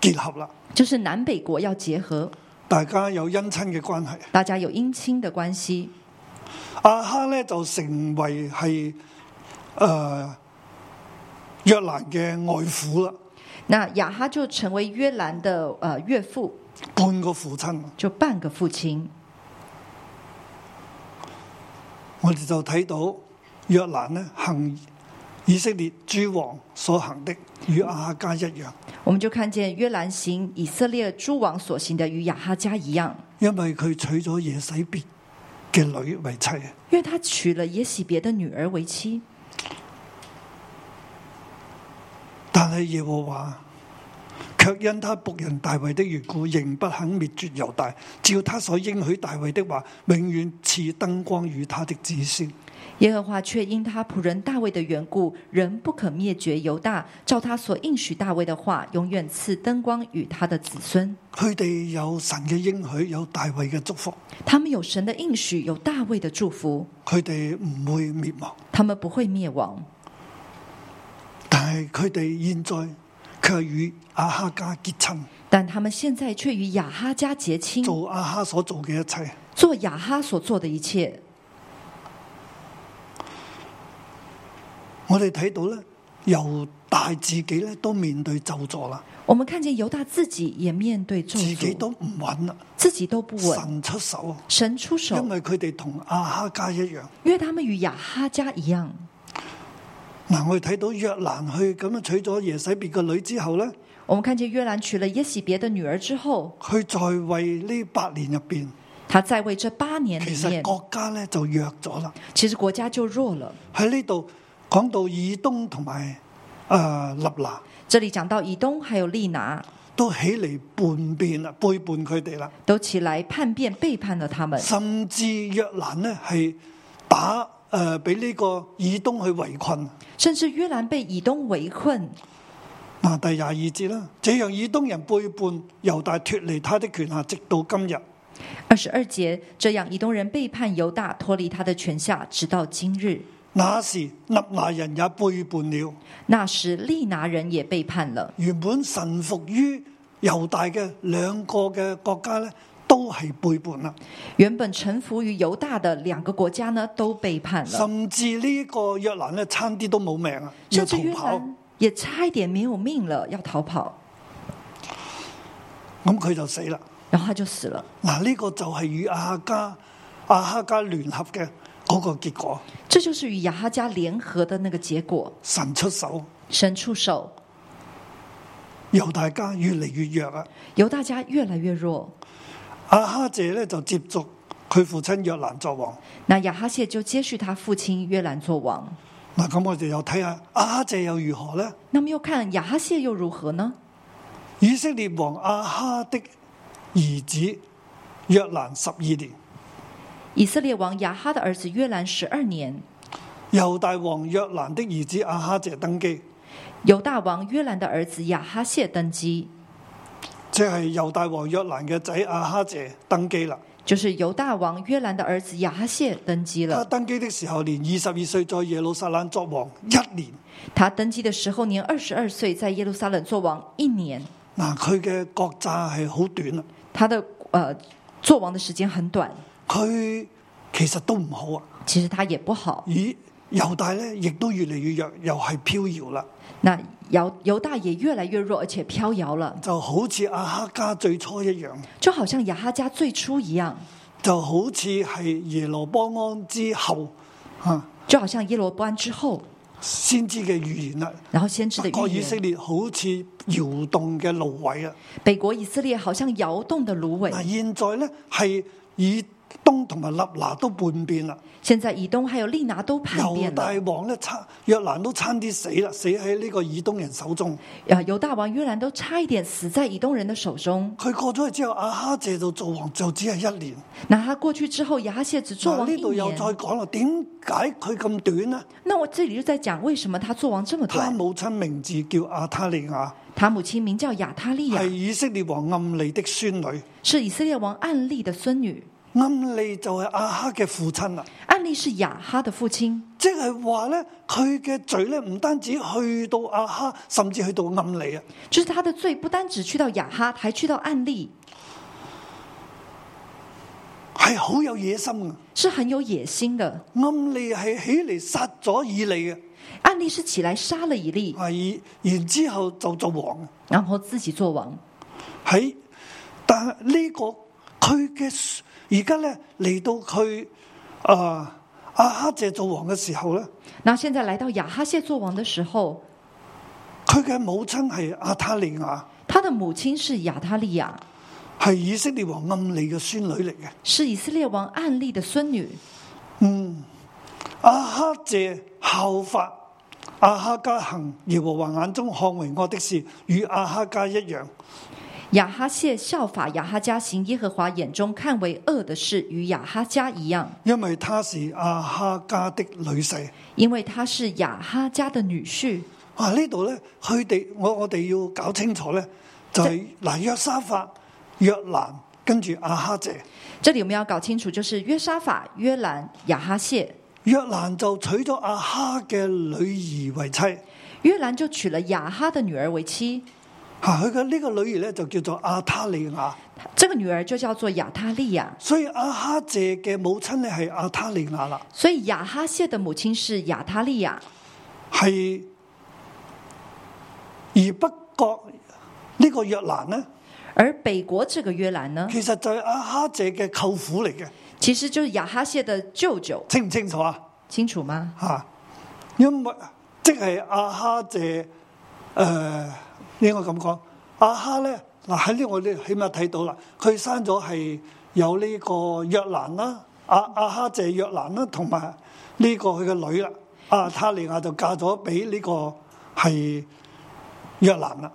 B: 結合啦，
C: 就是南北国要结合，
B: 大家有姻親嘅關係。
C: 大家有姻亲的关系。
B: 阿哈咧就成為係诶约蘭嘅外父啦，
C: 那雅哈就成为约兰的呃岳父，
B: 半個父親。
C: 就半个父亲。
B: 我哋就睇到約蘭咧行以色列诸王所行的，與亞哈家一樣，
C: 我们就看见约兰行以色列诸王所行的与雅哈家一样，
B: 因為佢娶咗耶洗別嘅女為妻。啊
C: 因为他娶了耶喜别的女儿为妻。
B: 但係耶和華卻因他仆人大衛的緣故，仍不肯滅絕猶大，照他所應許大衛的話，永遠賜燈光與他的子孫。
C: 耶和华却因他仆人大卫的缘故，仍不可灭绝犹大，照他所应许大卫的话，永远赐灯光与他的子孙。
B: 佢哋有神嘅應許，有大衛嘅祝福，
C: 他们有神的应许，有大卫的祝福，
B: 佢哋唔會滅亡。
C: 他们不会灭亡。
B: 但係佢哋現在卻與亞哈家結親，
C: 但他们现在却与雅哈家结亲，
B: 做亞哈所做嘅一切。
C: 做雅哈所做的一切。
B: 我哋睇到咧，猶大自己咧都面對咒詛啦，
C: 我们看见犹大自己也面对咒
B: 自己
C: 诅，
B: 都唔穩啦，
C: 自己都不稳。
B: 神出手，啊
C: 神出手，
B: 因為佢哋同亞哈家一樣。
C: 因为他们与雅哈家一样。
B: 嗱，我哋睇到約蘭去咁樣娶咗耶洗別個女之後咧，
C: 我们看见约兰娶了耶喜别的女儿之后，
B: 佢在位呢八年入边，
C: 他在位这八年
B: 其
C: 里
B: 實
C: 面，
B: 國家咧就弱咗啦。
C: 其實國家就弱了。
B: 喺呢度講到以東同埋誒立拿
C: 这里讲到以东还有利拿
B: 都起嚟叛變啦，背叛佢哋啦，
C: 都起来叛变，背叛了他们，
B: 甚至約蘭呢係打誒俾呢個以東去圍困。
C: 甚至约兰被以东围困。
B: 嗱，第廿二節啦，這樣以東人背叛猶大，脱離他的權下，直到今日。
C: 二十二节，这样以东人背叛犹大，脱离他的权下，直到今日。
B: 那時立拿人也背叛了，
C: 那时利拿人也背叛了，
B: 原本臣服於猶大嘅兩個嘅國家呢，都係背叛啦。
C: 原本臣服于犹大的两个国家呢，都背叛了，
B: 甚至呢個約蘭呢，差啲都冇命啊，要
C: 甚
B: 逃
C: 至约
B: 跑。
C: 兰也差一点没有命了，要逃跑，
B: 咁佢就死啦。
C: 然后他就死了。
B: 嗱，呢個就係與亞哈家亞哈家聯合嘅嗰個結果，
C: 这就是与雅哈家联合的那个结果。
B: 神出手，
C: 神出手，
B: 猶大家越嚟越弱啊。
C: 犹大家越来越弱。
B: 亞哈謝咧就接續佢父親約蘭作王。
C: 那亚哈谢就接续他父亲约兰做王。
B: 嗱，咁我哋又睇下亞哈謝又如何呢？
C: 那么又看亚哈谢又如何呢？
B: 以色列王亞哈的兒子約蘭十二年，
C: 以色列王亚哈的儿子约兰十二年，
B: 猶大王約蘭的兒子亞哈謝登基，
C: 犹大王约兰的儿子亚哈谢登基，
B: 即係猶大王約蘭嘅仔亞哈謝登基啦。
C: 就是犹大王约兰的儿子亚哈谢登基
B: 他
C: 了。
B: 登基的時候年二十二歲，在耶路撒冷作王一年。
C: 他登基的时候年二十二岁，在耶路撒冷做王一年。
B: 嗱，佢嘅國債係好短啊啦，
C: 他的呃做王的时间很短，
B: 佢其實都唔好啊。
C: 其实他也不好。
B: 以猶大咧，亦都越嚟越弱，又係飄搖啦，
C: 那犹犹大也越来越弱，而且飘摇了。
B: 就好似阿哈家最初一樣，
C: 就好像雅哈家最初一样，
B: 就好似係耶羅波安之後啊
C: 就好像耶罗波安之后，
B: 先
C: 先
B: 知嘅預言啦。
C: 然后先知的
B: 北國
C: 预
B: 啊哦以色
C: 言，
B: 列好似搖動嘅蘆葦啊！
C: 北国以色列好像摇动的芦苇。
B: 嗱，現在咧係以東同埋立拿都叛變啦，
C: 现在以东还有利拿都叛
B: 猶
C: 变啊
B: 大
C: 了，
B: 王咧差約蘭都差啲死啦，死喺呢個以東人手中。
C: 啊，犹大王约兰都差一点死在以东人的手中。
B: 佢過咗去之後，阿哈謝就做王就只係一年。
C: 那他过去之后，雅哈谢只做
B: 嗱
C: 王一
B: 呢度又
C: 年
B: 再。講啦，點解佢咁短呢？
C: 那我这里就在讲为什么他做王这么
B: 他
C: 短。
B: 母親名字叫亞他利亞，
C: 他母亲名叫亚他利亚
B: 係，以色列王暗利的孫女。
C: 是以色列王暗利的孙女。
B: 暗利就係阿哈嘅父親啦，
C: 暗利是雅哈的父亲，
B: 即係話咧，佢嘅罪咧唔單止去到阿哈，甚至去到暗利啊！
C: 就是他的罪不单只去到雅哈，还去到暗利，
B: 係好有野心啊！
C: 是很有野心的。
B: 暗利係起嚟殺咗以利嘅，
C: 暗利是起来杀了以利，
B: 係然之後就做王。
C: 然后自己做王。
B: 喺但係呢、個佢嘅而家咧嚟到佢啊阿哈謝做王嘅時候咧，
C: 那现在来到亚哈谢做王的时候，
B: 佢嘅母親係阿塔利亞，
C: 他的母亲是亚他利亚，
B: 係以色列王暗利嘅孫女嚟嘅。
C: 是以色列王暗利的孙女。
B: 阿哈謝效法阿哈家行耶和華眼中看為惡的事，與阿哈家一樣。
C: 亚哈谢效法亚哈家行耶和华眼中看为恶的事，与亚哈家一样，
B: 因为她是阿哈家的女婿。
C: 因为他是亚哈家的女婿。
B: 啊，呢度咧，佢哋我我哋要搞清楚咧，就係嗱約沙法、約蘭，跟住阿哈謝。
C: 这里我们要搞清楚，就是约沙法、约兰、亚哈谢。
B: 約蘭就娶咗阿哈嘅女兒為妻，
C: 约兰就娶了亚哈的女儿为妻，
B: 吓啊佢嘅呢個女兒咧就叫做阿塔利亞。
C: 这个女儿就叫做亚他利亚。
B: 所以阿哈謝嘅母親咧係阿塔利亞啦，
C: 所以亚哈谢的母亲是亚他利亚，
B: 係而北國呢個約蘭咧，
C: 而北国这个约兰呢，
B: 其實就係阿哈謝嘅舅父嚟嘅，
C: 其实就是亚哈谢的舅舅，
B: 清唔清楚啊？
C: 清楚吗？
B: 吓、因為即係阿哈謝诶、呃，应该咁講，阿哈咧嗱喺呢，我哋起碼睇到啦，佢生咗係有呢個約蘭啦，阿、阿哈謝約蘭啦，同埋呢個佢嘅女啦，阿塔利亞就嫁咗俾呢個係約蘭啦。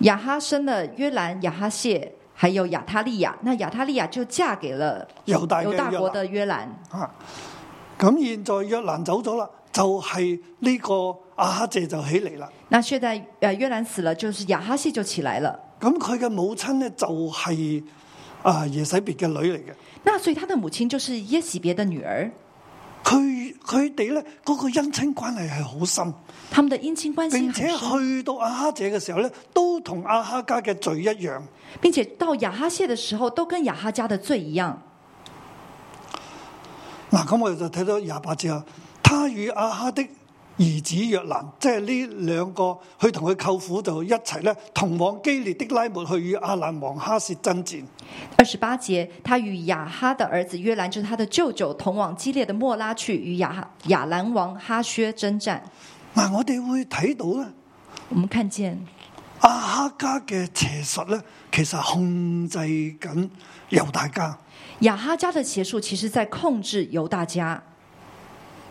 C: 亚哈生了约兰、亚哈谢，还有亚他利亚。那亚他利亚就嫁给了
B: 猶大
C: 犹大
B: 嘅約
C: 国
B: 蘭
C: 的啊约兰。
B: 啊，咁現在約蘭走咗啦，就係、呢個阿哈謝就起嚟啦。
C: 那现在呃约兰死了，就是亚哈谢就起来了。
B: 咁佢嘅母親咧就係、啊耶洗別嘅女嚟嘅，
C: 那所以他的母亲就是耶喜别的女儿，
B: 佢佢哋咧嗰個姻親關係係好深，
C: 他们的姻亲关系
B: 並
C: 很
B: 且
C: 深，
B: 去到阿哈姐嘅時候咧，都同阿哈家嘅罪一樣。
C: 并且到亚哈谢的时候都跟亚哈家的罪一样。
B: 嗱，咁我哋就睇到廿八節啊，他與阿哈的兒子約蘭，即係呢兩個，佢同佢舅父就一齊咧同往基列的拉末去與阿蘭王哈薛爭戰。
C: 二十八节，他与亚哈的儿子约兰，就是他的舅舅，同往激烈的莫拉去与亚哈亚兰王哈薛征战。
B: 嗱，我哋會睇到咧。
C: 我们看见
B: 阿哈家嘅邪術咧，其實控制緊猶大家。
C: 亚哈家的邪术，其实在控制犹大家。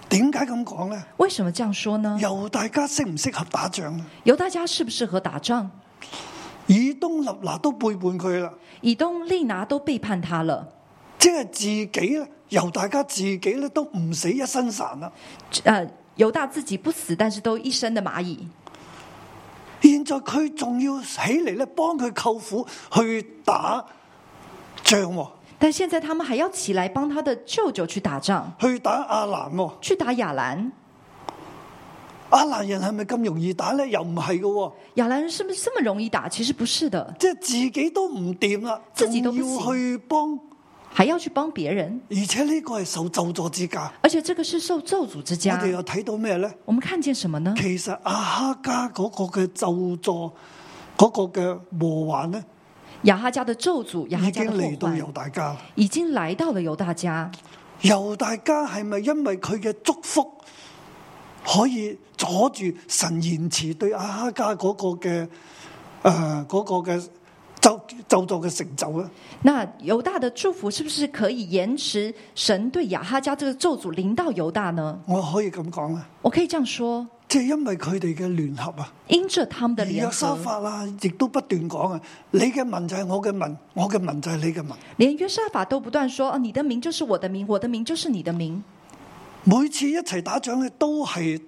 B: 點解咁講咧？
C: 为什么这样说呢？
B: 猶大家適唔適合打仗咧？
C: 犹大家适不适合打仗？
B: 以東立拿都背叛佢啦，
C: 以东利拿都背叛他了，
B: 即係自己咧，猶大家自己咧都唔死一身散啦。
C: 呃，犹大自己不死，但是都一身的蚂蚁。
B: 現在佢仲要起嚟咧，幫佢舅父去打仗喎，
C: 但现在他们还要起来帮他的舅舅去打仗，
B: 去打阿蘭喎。
C: 去打亚兰。
B: 阿蘭人係咪咁容易打咧？又唔係嘅喎，
C: 亚兰人是不是这么容易打？其实不是的，
B: 即係自己都唔掂啦，
C: 自己都不
B: 仲
C: 行
B: 要去幫。
C: 还要去帮别人，
B: 而且呢個係受咒詛之家。
C: 而且这个是受咒诅之
B: 我
C: 家
B: 哋。又睇到咩咧？
C: 我们看见什么呢？
B: 其實阿哈家嗰個嘅咒詛，嗰、個嘅禍患咧，
C: 亚哈家的咒诅，亚哈
B: 已
C: 家
B: 經
C: 的
B: 嚟
C: 祸
B: 到
C: 患
B: 猶大家啦。
C: 已经来到了犹大家。
B: 猶大家係咪因為佢嘅祝福可以阻住神延遲對阿哈家嗰個嘅诶嗰個嘅咒咒詛嘅成就咧？
C: 那犹大的祝福是不是可以延迟神对亚哈家这个咒诅临到犹大呢？
B: 我可以咁講啦，
C: 我可以这样说，
B: 即係因為佢哋嘅聯合啊。
C: 因着他们的
B: 而
C: 联
B: 約沙
C: 合，
B: 法啊，亦都不斷講啊，你嘅民就係我嘅民，我嘅民就係你嘅民。
C: 连约沙法都不断说：“哦，你的名就是我的名，我的名就是你的名。
B: 每次一齊打仗咧，都係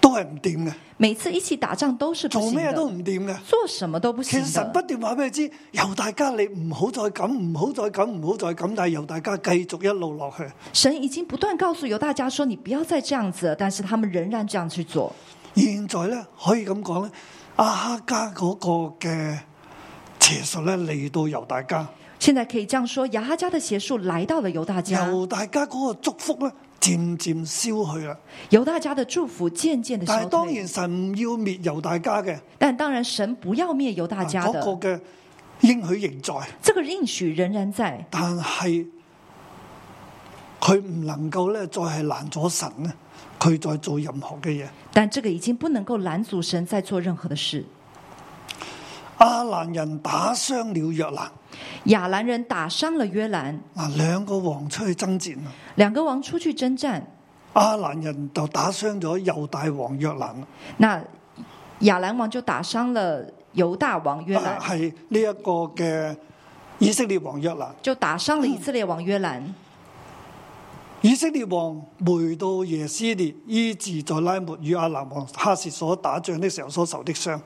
B: 都係唔掂嘅，”
C: 每次一起打仗都是不
B: 做
C: 行
B: 咩
C: 的，
B: 都唔掂嘅。
C: 做什么都不
B: 其
C: 行
B: 實神不
C: 的。
B: 斷話俾你知，由大家你唔好再咁，唔好再咁，唔好再咁，但係由大家繼續一路落去。
C: 神已经不断告诉犹大家说：“你不要再这样子了。”但是他们仍然这样去做。
B: 現在咧可以咁講咧，阿哈加嗰個嘅邪術咧嚟到由大家，
C: 现在可以这样说：亚哈家的邪术来到了犹大家，
B: 由大家嗰個祝福咧漸漸消去啦。
C: 犹大家的祝福渐渐的
B: 但
C: 消
B: 係當
C: 退
B: 然。神唔要滅由大家嘅，
C: 但当然，神不要灭犹大家
B: 嗰
C: 的，
B: 個嘅應許仍在。
C: 这个应许仍然在。
B: 但係佢唔能夠咧再係攔咗神咧，佢再做任何嘅嘢。
C: 但这个已经不能够拦阻神再做任何的事。
B: 阿蘭人打傷了啊約蘭，
C: 亚兰人打伤了约兰，
B: 嗱兩個王出去爭戰啊，
C: 两个王出去征战，
B: 阿蘭人就打傷咗猶大王約蘭啦，
C: 那亚兰王就打伤了犹大王约
B: 啊
C: 兰，
B: 係呢一個嘅以色列王約蘭。
C: 就打伤了以色列王约兰。
B: 以色列王回到耶斯列，醫治在拉末與阿蘭王哈薛所打仗的時候所受的傷。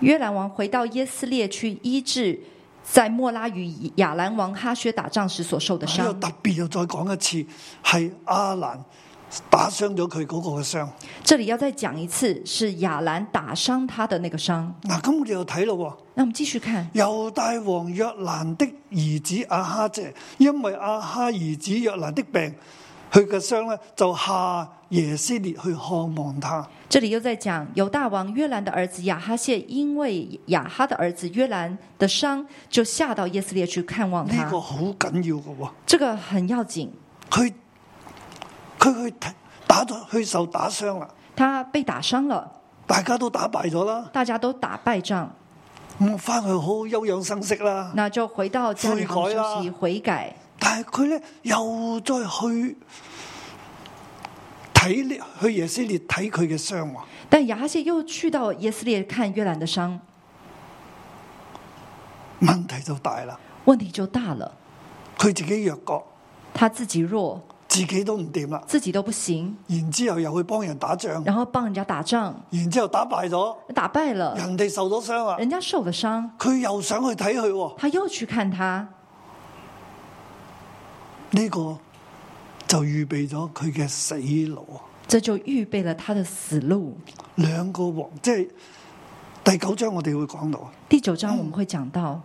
C: 约兰王回到耶斯列去医治在莫拉与亚兰王哈薛打仗时所受的
B: 啊呢
C: 伤。
B: 度特別又再講一次，係阿蘭打傷咗佢嗰個嘅傷。
C: 这里要再讲一次，是亚兰打伤他的那个伤。
B: 嗱，咁我哋又睇咯喎，
C: 那我们继续看，
B: 猶大王約蘭的兒子阿哈謝，因為阿哈兒子約蘭的病，佢嘅傷呢就下耶斯列去看望他。
C: 这里又在讲犹大王约兰的儿子亚哈谢，因为亚哈的儿子约兰的伤，就下到耶斯列去看望
B: 呢、
C: 他
B: 個。好緊要嘅喎，
C: 这个很要紧，
B: 佢佢去打咗，佢受打傷啦，
C: 他被打伤了，
B: 大家都打敗咗啦。
C: 大家都打败仗，
B: 咁翻去好好休養生息啦。
C: 那就回到家里好好
B: 悔改啦
C: 休息悔改。
B: 但係佢咧又再去睇呢去耶斯列睇佢嘅傷喎，
C: 但亚哈谢又去到耶斯列看约兰的伤，
B: 問題就大啦。
C: 问题就大了。
B: 佢自己弱國，
C: 他自己弱，
B: 自己都唔掂啦。
C: 自己都不行，
B: 然之後又去幫人打仗，
C: 然后帮人家打仗，
B: 然之後打敗咗，
C: 打败了，
B: 人哋受咗傷啦，
C: 人家受了伤，
B: 佢又想去睇佢喎，
C: 他又去看他，
B: 呢、個就預備咗佢嘅死路啊！
C: 这就预备了他的死路。
B: 兩個王即係第九章我哋會講到啊
C: 第九章我们会讲到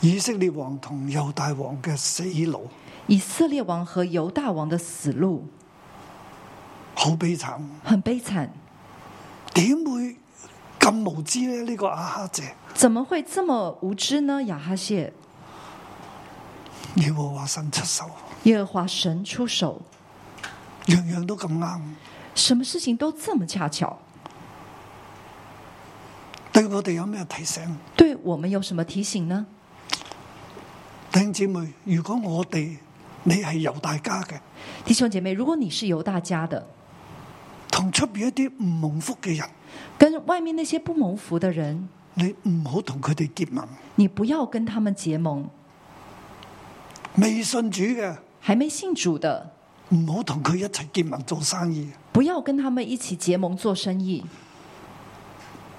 B: 以色列王同猶大王嘅死路，
C: 以色列王和犹大王的死路
B: 好悲慘。
C: 很悲惨，
B: 點會咁無知咧？呢、個阿哈姐，
C: 怎么会这么无知呢？亚哈谢，
B: 耶和華神出手，
C: 耶和华神出手，
B: 樣樣都咁啱，
C: 什么事情都这么恰巧，
B: 對我哋有咩提醒？
C: 对我们有什么提醒呢？
B: 弟兄姊妹，如果我哋你係猶大家嘅，
C: 弟兄姐妹，如果你是犹大家的，
B: 同出边一啲唔蒙福嘅人，
C: 跟外面那些不蒙福的人，
B: 你唔好同佢哋結盟。
C: 你不要跟他们结盟；
B: 未信主嘅，
C: 还没信主的，
B: 唔好同佢一齊結盟做生意。
C: 不要跟他们一起结盟做生意；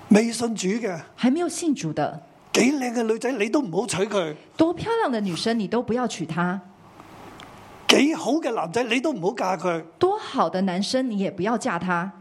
B: 未信主嘅，
C: 还没有信主的，
B: 幾靚嘅女仔你都唔好娶佢，
C: 多漂亮的女生你都不要娶她，
B: 幾好嘅男仔你都唔好嫁佢。
C: 多好的男生你也不要嫁他，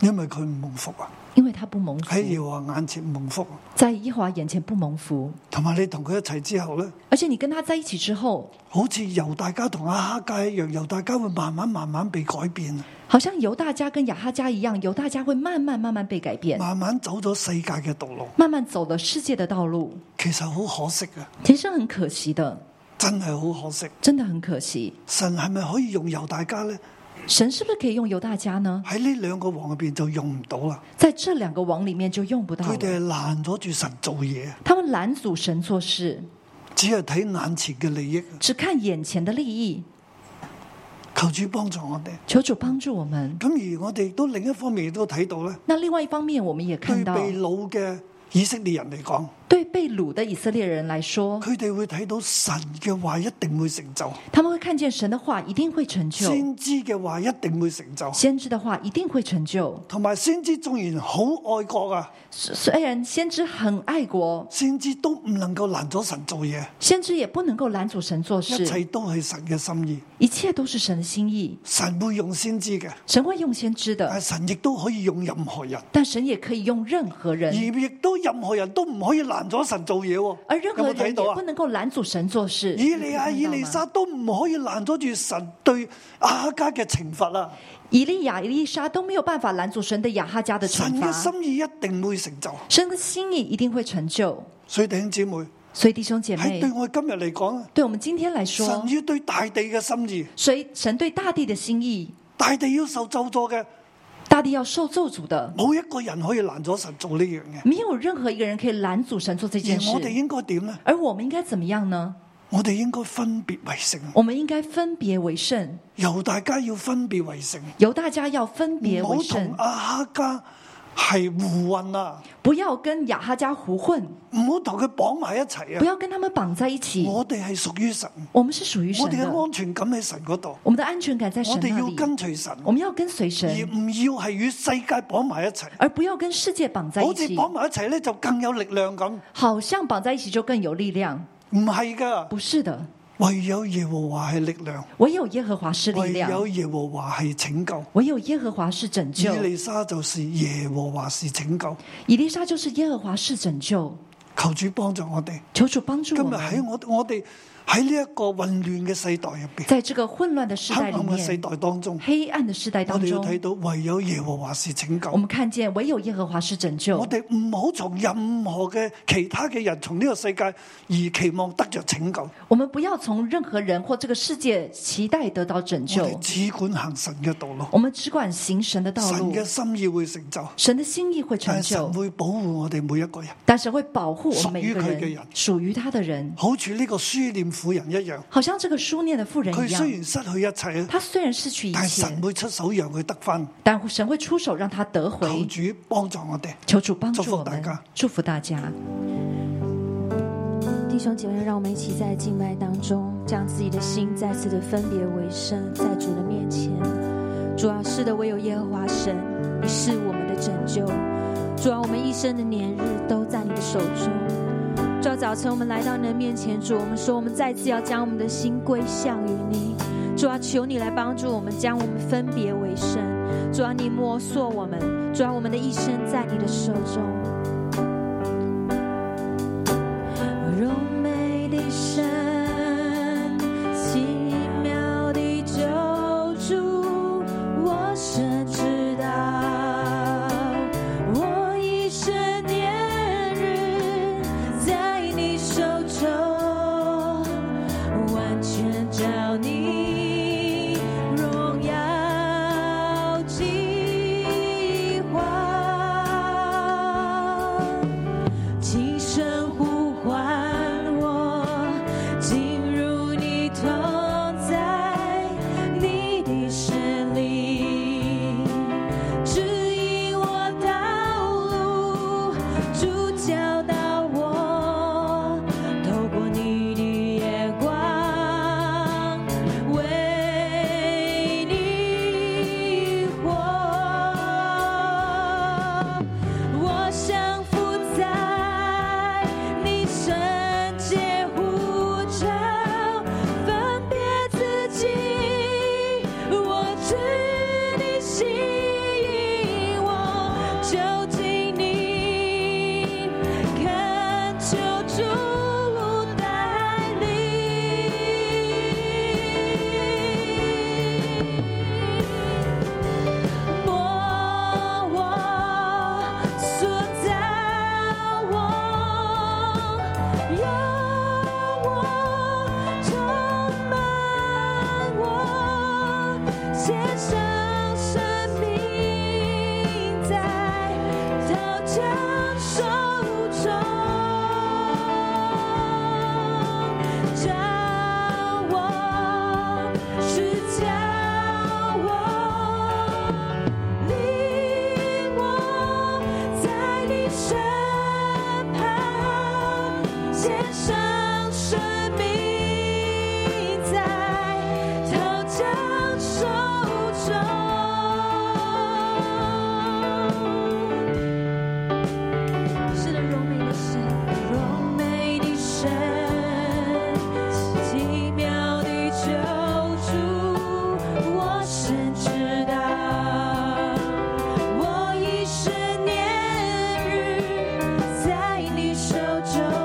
B: 因為佢唔蒙福啊，
C: 因为他不蒙
B: 喺
C: 福，
B: 耶和華眼前唔蒙福，啊
C: 在耶和华眼前不蒙福。
B: 同埋你同佢一齊之後咧，
C: 而且你跟他在一起之後，
B: 好似猶大家同阿哈界一樣，猶大家會慢慢慢慢被改變，啊
C: 好像犹大家跟雅哈家一樣，犹大家會慢慢慢慢被改變，
B: 慢慢走咗世界嘅道路。
C: 慢慢走了世界的道路，
B: 其實好可惜啊，
C: 其實很可惜的，
B: 真係好可惜。
C: 真的很可惜。
B: 神係咪可以用猶大家呢？
C: 神是不是可以用犹大家呢？
B: 喺呢兩個王入邊就用唔到啦，
C: 在这兩個王裡面就用不到
B: 佢哋
C: 了。
B: 係攔咗住神做嘢，啊
C: 他們攔阻神做事，
B: 只係睇眼前嘅利益。啊
C: 只看眼前的利益。
B: 求主幫助我哋。
C: 求主幫助我們。
B: 咁而我哋都另一方面亦都睇到咧，
C: 那另外一方面，我們也看
B: 對
C: 到，
B: 被掳嘅以色列人嚟講，
C: 对被掳的以色列人來說，
B: 佢哋會睇到神嘅話一定會成就，
C: 他們會看見神的話一定會成就，
B: 先知嘅話一定會成就。
C: 先知的話一定會成就。
B: 同埋先知縱然好愛國啊，
C: 虽虽然先知很愛國，
B: 先知都唔能夠攔咗神做嘢，
C: 先知也不能夠攔阻神做
B: 一切
C: 事，
B: 都係神嘅心意。
C: 一切都是神的心意。
B: 神會用先知嘅，
C: 神會用先知
B: 但
C: 的，
B: 神亦都可以用任何人，
C: 但神也可以用任何
B: 而
C: 人，
B: 亦都任何人都唔可以攔咗神做嘢喎。
C: 而任何
B: 有冇睇
C: 人
B: 到
C: 也
B: 啊
C: 不？能夠嗯攔阻神做事。
B: 以利亞、
C: 你
B: 以
C: 有看到嗎
B: 利沙都唔可以攔咗住神對亞家嘅懲罰啊！
C: 以利亚、以利沙都没有办法拦阻神对亚哈家的
B: 神
C: 惩
B: 嘅
C: 罚。
B: 心意一定會成就。
C: 神的心意一定会成就。
B: 所以弟兄姊妹，
C: 所以弟兄姐
B: 喺
C: 妹
B: 對，我今日嚟講啊，
C: 对我们今天来说
B: 神，要對大地嘅心意，
C: 谁神对大地的心意，
B: 大地要受咒詛嘅，
C: 大地要受咒诅的，
B: 冇一個人可以攔咗神做呢樣嘢。
C: 没有任何一個人可以拦阻神做这件
B: 而我哋
C: 事。
B: 應該點呢？
C: 而我们应该怎么样呢？
B: 我哋應該分別為聖，
C: 我们应该分別为圣，
B: 由大家要分別為聖，
C: 由大家要分
B: 唔
C: 別为
B: 好同
C: 圣，
B: 阿哈家係互混啊，
C: 不要跟雅哈家胡混，
B: 唔好同佢綁埋一齊
C: 不
B: 啊！
C: 要跟他们綁在一起。
B: 我哋係屬於神，
C: 我们是属于神
B: 我哋
C: 的，
B: 嘅安全感喺神嗰度，
C: 我们的安全感在
B: 我
C: 神
B: 哋
C: 那
B: 要
C: 里，
B: 跟隨神，
C: 我们要跟随
B: 而
C: 神，
B: 唔要係與世界綁埋一齊。
C: 而不要跟世界綁在一
B: 好似
C: 起。
B: 綁埋一齊咧，就更有力量咁。
C: 好像綁在一起就更有力量，
B: 唔係噶，
C: 不是的，
B: 唯有耶和華係力量，
C: 唯有耶和华是力
B: 唯有
C: 量，
B: 耶和華係拯救。
C: 唯有耶和华是拯
B: 以
C: 救。
B: 利沙就是耶和華是拯救，
C: 以利沙就是耶和华是拯救，
B: 求主幫助我哋。
C: 求主帮助
B: 今
C: 我
B: 日喺
C: 们，
B: 我我哋喺呢一個混亂嘅世代入边，
C: 在这个混乱的时
B: 黑
C: 代
B: 暗
C: 里
B: 嘅世
C: 面，
B: 代當中，
C: 黑暗的时代
B: 我
C: 当
B: 哋要
C: 中，
B: 睇到唯有耶和華是拯
C: 我
B: 救。
C: 们看见唯有耶和华是拯救
B: 我。哋唔好從任何嘅其他嘅人從呢個世界而期望得着拯救，我
C: 我们不要从任何人或这个世界期待得到拯
B: 哋
C: 救，
B: 只管行神嘅道路，
C: 我们只管行神的道
B: 神
C: 路
B: 嘅，心意會成就。
C: 神的心意会成
B: 但神
C: 就，
B: 會保護我哋每一個人，
C: 但是会保护我们每一个
B: 属于佢嘅
C: 人
B: 人，
C: 属于他的人，
B: 好似呢個書念婦人一樣。
C: 好像这个书念的妇人
B: 佢
C: 一样
B: 雖。然失去一切，啊
C: 他虽然失去一
B: 但
C: 切，
B: 神會出手讓佢得翻。
C: 但神会出手让他得
B: 求
C: 回。
B: 主幫助我哋。
C: 求主帮
B: 祝福
C: 助我
B: 大
C: 们
B: 家，
C: 祝福大家。
D: 弟兄姐妹，让我们一起在敬拜当中，将自己的心再次的分别为圣，在主的面前。主啊，是的，唯有耶和华神，你是我们的拯救。主啊，我们一生的年日都在你的手中。主啊，早晨我们来到你的面前，主，我们说我们再次要将我们的心归向于你。主啊，求你来帮助我们，将我们分别为圣。主啊，你摸索我们，主啊，我们的一生在你的手中。柔美的神，奇妙的救主，我深知道，我一生年日在你手中，完全照你荣耀计划。轻声呼唤我，进入你同在，你的神灵指引我道路，主教导我，透过你的眼光为你活。我降服在你圣洁护照，分别自己。我知你吸引我，就近你，恳求主路带领。摸我，塑造我，要我充满我，献上生命在刀枪手中，教我，是教我。领我在你身旁，献上生命在刀枪手中。是的，柔美的神，柔美的神，奇妙的救主，我深知道，我一生年日在你手中，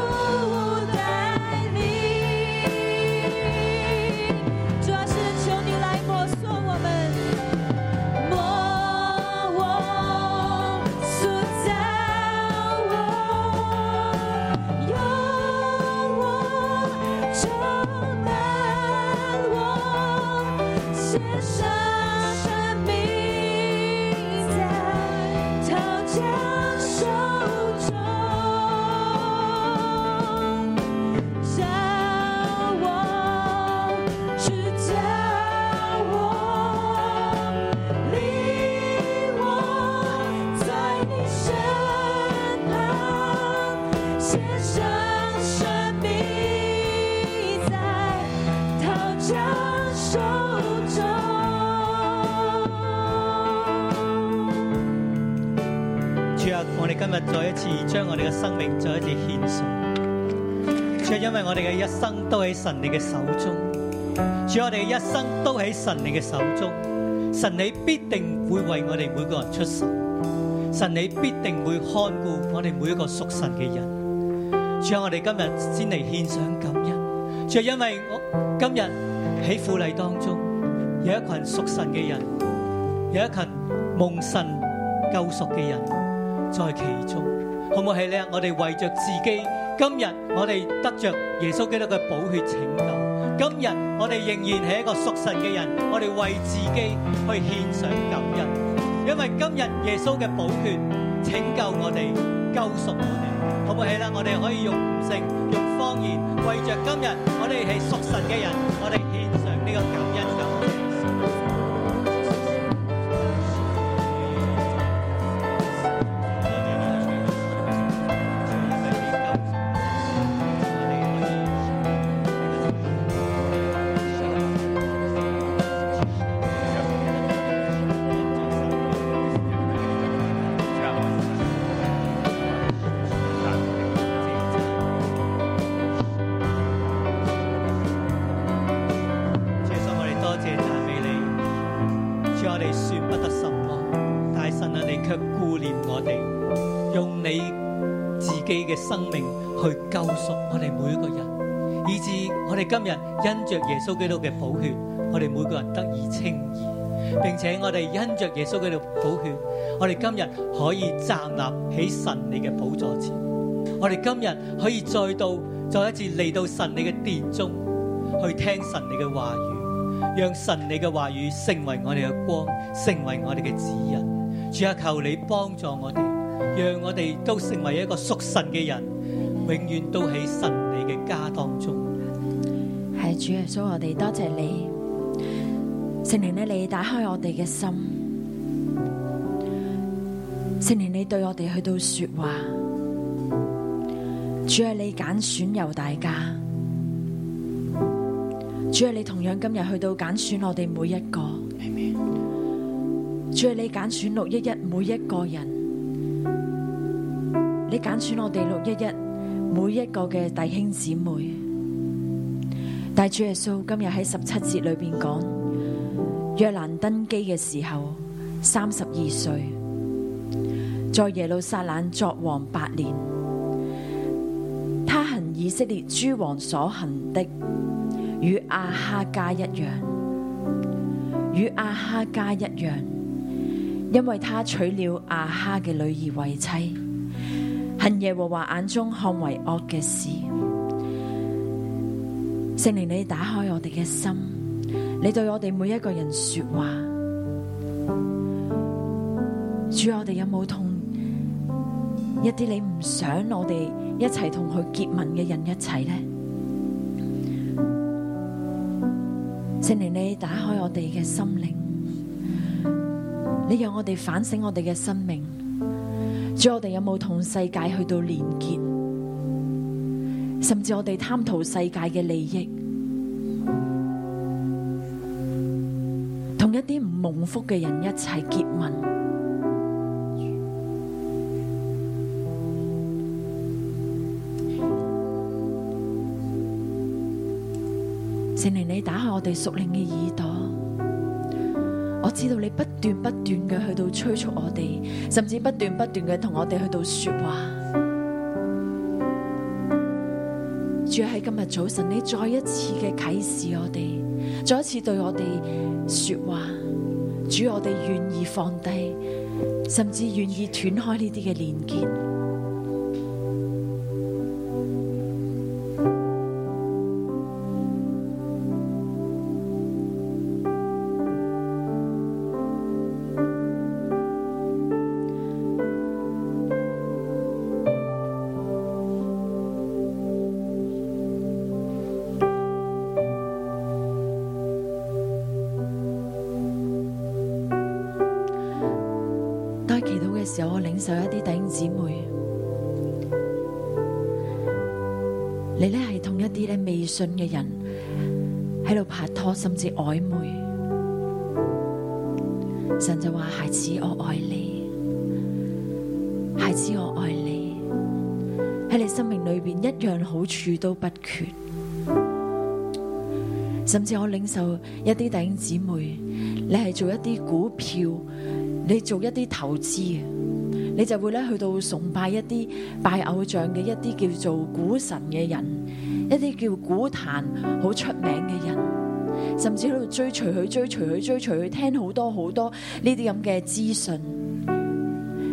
D: 啊献上生命在讨价手中。叫我，只叫我，领我在你身旁，献上生命在讨价手中。
E: 主啊，我哋今日再一次將我哋嘅生命再一次獻上。主啊，因為我哋嘅一生都喺神你嘅手中。主啊，我哋嘅一生都喺神你嘅手中。神你必定會為我哋每個人出手。神你必定會看顧我哋每一個屬神嘅人。主啊，我哋今日先嚟獻上感恩。主啊，因為我今日喺富麗當中有一群屬神嘅人，有一群蒙神救贖嘅人。在其中，好唔好？係咧，我哋為着自己，今日我哋得着耶穌基督嘅寶血拯救。今日我哋仍然係一個屬神嘅人，我哋為自己去獻上感恩，因為今日耶穌嘅寶血拯救我哋，救贖我哋，好唔好？係啦，我哋可以用悟性、用方言，為着今日我哋係屬神嘅人，我哋獻上呢個感恩感謝。主耶穌，我哋多謝讚美你。主，我哋說不得什麼，但係神啊，你卻顧念我哋，用你自己嘅生命去救贖我哋每一個人，以致我哋今日因着耶穌基督嘅寶血，我哋每個人得以稱義，並且我哋因着耶穌基督寶血，我哋今日可以站立喺神你嘅寶座前。我哋今日可以再到再一次嚟到神你嘅殿中，去聽神你嘅話語，讓神你嘅話語成為我哋嘅光，成為我哋嘅指引。主啊，求你幫助我哋，讓我哋都成為一個屬神嘅人，永遠都喺神你嘅家當中。
F: 系主耶稣，我哋多谢你，圣灵呢，你打开我哋嘅心，圣灵你对我哋去到说话，主啊，你拣选由大家，主啊，你同样今日去到拣选我哋每一个，主啊，你拣选六一一每一个人，你拣选我哋六一一每一个嘅弟兄姊妹。但主耶稣今日喺十七节里边讲，约兰登基嘅时候三十二岁，在耶路撒冷作王八年。他行以色列诸王所行的，与阿哈家一样，与阿哈家一样，因为他娶了阿哈嘅女儿为妻，行耶和华眼中看为恶嘅事。圣灵，你打开我哋嘅心，你对我哋每一个人说话。主，我哋有冇同一啲你唔想我哋一齐同佢结盟嘅人一齐呢？圣灵，你打开我哋嘅心灵，你让我哋反省我哋嘅生命。主，我哋有冇同世界去到连结？甚至我哋貪圖世界嘅利益，同一啲唔蒙福嘅人一齊結盟。聖靈，你打開我哋屬靈嘅耳朵，我知道你不斷不斷嘅去到催促我哋，甚至不斷不斷嘅同我哋去到說話。主喺今日早晨，你再一次嘅启示我哋，再一次对我哋说话。主，我哋愿意放低，甚至愿意断开呢啲嘅连结。時候，我領受一啲弟兄姊妹，你呢係同一啲咧未信嘅人喺度拍拖，甚至曖昧。神就話：孩子，我愛你，孩子，我愛你。喺你生命裏邊，一樣好處都不缺。甚至我領受一啲弟兄姊妹，你係做一啲股票，你做一啲投資，你就會咧去到崇拜一啲拜偶像嘅一啲叫做股神嘅人，一啲叫股壇好出名嘅人，甚至喺度追隨佢、追隨佢、追隨佢，聽好多好多呢啲咁嘅資訊。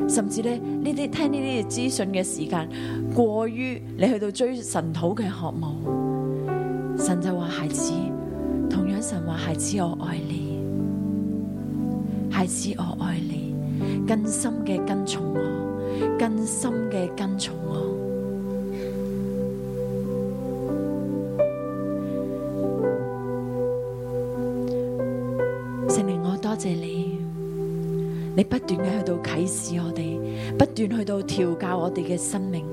F: 甚至咧呢啲聽呢啲嘅資訊嘅時間，過於你去到追神土嘅渴望。神就話孩子，同樣神話孩子我愛你，孩子我愛你，更深嘅跟從我，更深嘅跟從我。聖靈，我多謝你，你不斷嘅去到啟示我哋，不斷去到調教我哋嘅生命。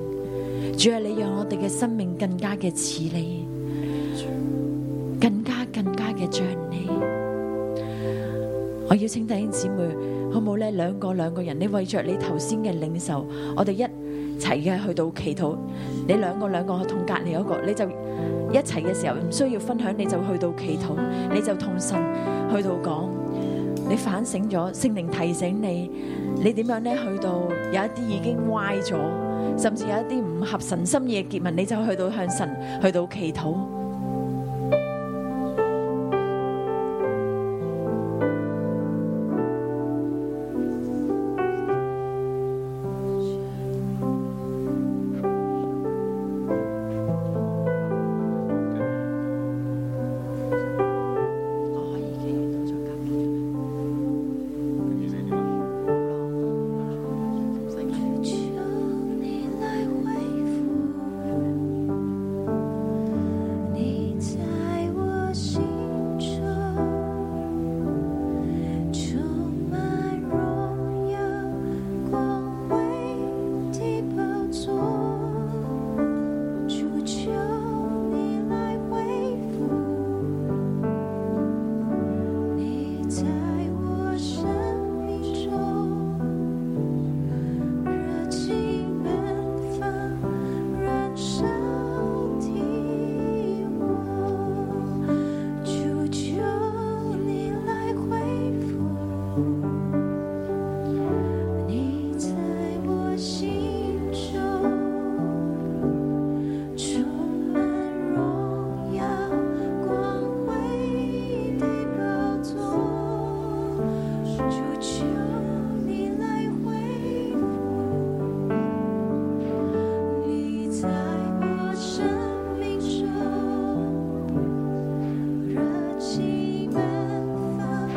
F: 主啊，你讓我哋嘅生命更加嘅似你。更加更加嘅像你。我邀請弟兄姊妹，好唔好呢？兩個兩個人，你為着你頭先嘅領受，我哋一齊嘅去到祈禱。你兩個兩個同隔離嗰個，你就一齊嘅時候唔需要分享，你就去到祈禱，你就同神去到講。你反省咗，聖靈提醒你，你點樣呢？去到有一啲已經歪咗，甚至有一啲唔合神心意嘅結盟，你就去到向神去到祈禱。
D: 你在我心中充满荣耀，光辉的宝座。主求你来恢复，你在我生命中热情奔放。燃烧的我，求求你来恢复你在我心中充满荣耀光辉的宝座，求求你来恢复。你在我生命中热情奔放，燃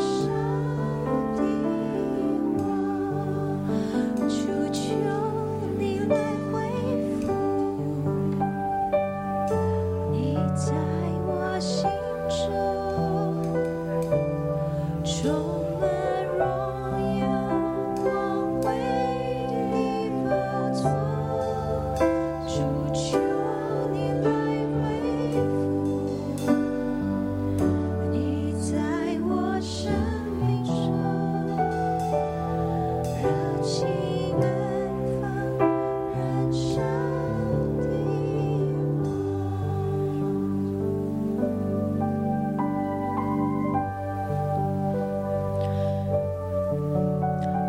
D: 烧的我，求求你来恢复。你在我心中。充满荣耀光辉的宝座，主求你来恢复你在我生命中热情奔放燃烧的我。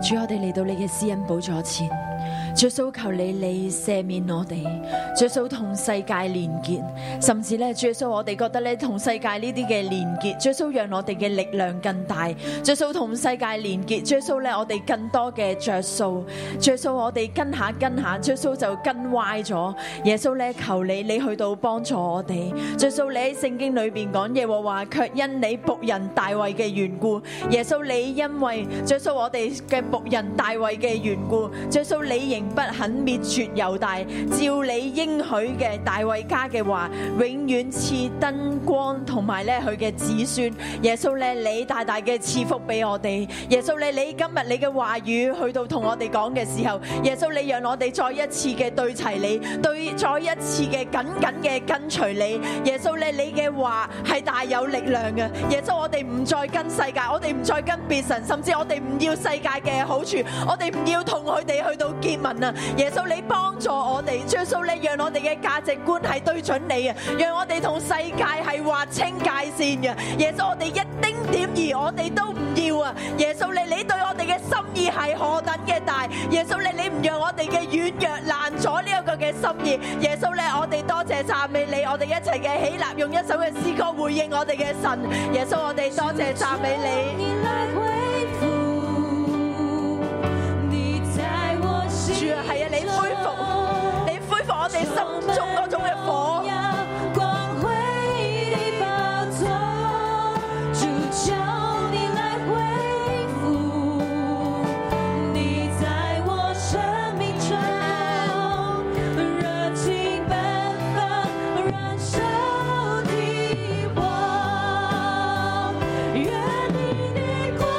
F: 主，我哋嚟到你嘅施恩宝座前，主訴求你，你赦免我哋，主訴同世界連結，甚至咧，主訴我哋覺得咧同世界呢啲嘅連結，主訴讓我哋嘅力量更大，主訴同世界連結，主訴咧我哋更多嘅着數，主訴我哋跟下跟下，主訴就跟歪咗。耶穌咧，求你，你去到幫助我哋，主訴你喺聖經裏邊講耶和華，卻因你仆人大衛嘅緣故，耶穌你因為主訴我哋嘅仆人大衛嘅緣故，主訴你仍並不肯滅絕猶大，照你應許嘅大衛家嘅話，永遠賜燈光同埋咧佢嘅子孫。耶穌咧，你大大嘅賜福俾我哋。耶穌咧，你今日你嘅話語去到同我哋講嘅時候，耶穌你讓我哋再一次嘅對齊你，對再一次嘅緊緊嘅跟隨你。耶穌咧，你嘅話係大有力量嘅。耶穌，我哋唔再跟世界，我哋唔再跟別神，甚至我哋唔要世界嘅好處，我哋唔要同佢哋去到結盟啊！耶穌，你幫助我哋，耶穌你讓我哋嘅價值觀係對準你啊，讓我哋同世界係劃清界線嘅。耶穌，我哋一丁點兒我哋都唔要啊！耶穌，你你對我哋嘅心意係何等嘅大！耶穌，你你唔讓我哋嘅軟弱難阻呢一個嘅心意。耶穌咧，我哋多謝讚美你，我哋一齊嘅起立，用一首嘅詩歌回應我哋嘅神。耶穌，我哋多謝讚美你。
D: 你来恢复，你在我心
F: 主啊，
D: 中。
F: 係啊，你恢復，你恢復我哋心中嗰種嘅火。
D: 光輝的寶座，主求你來恢復，你在我生命中熱情奔放，燃燒的火。願你的國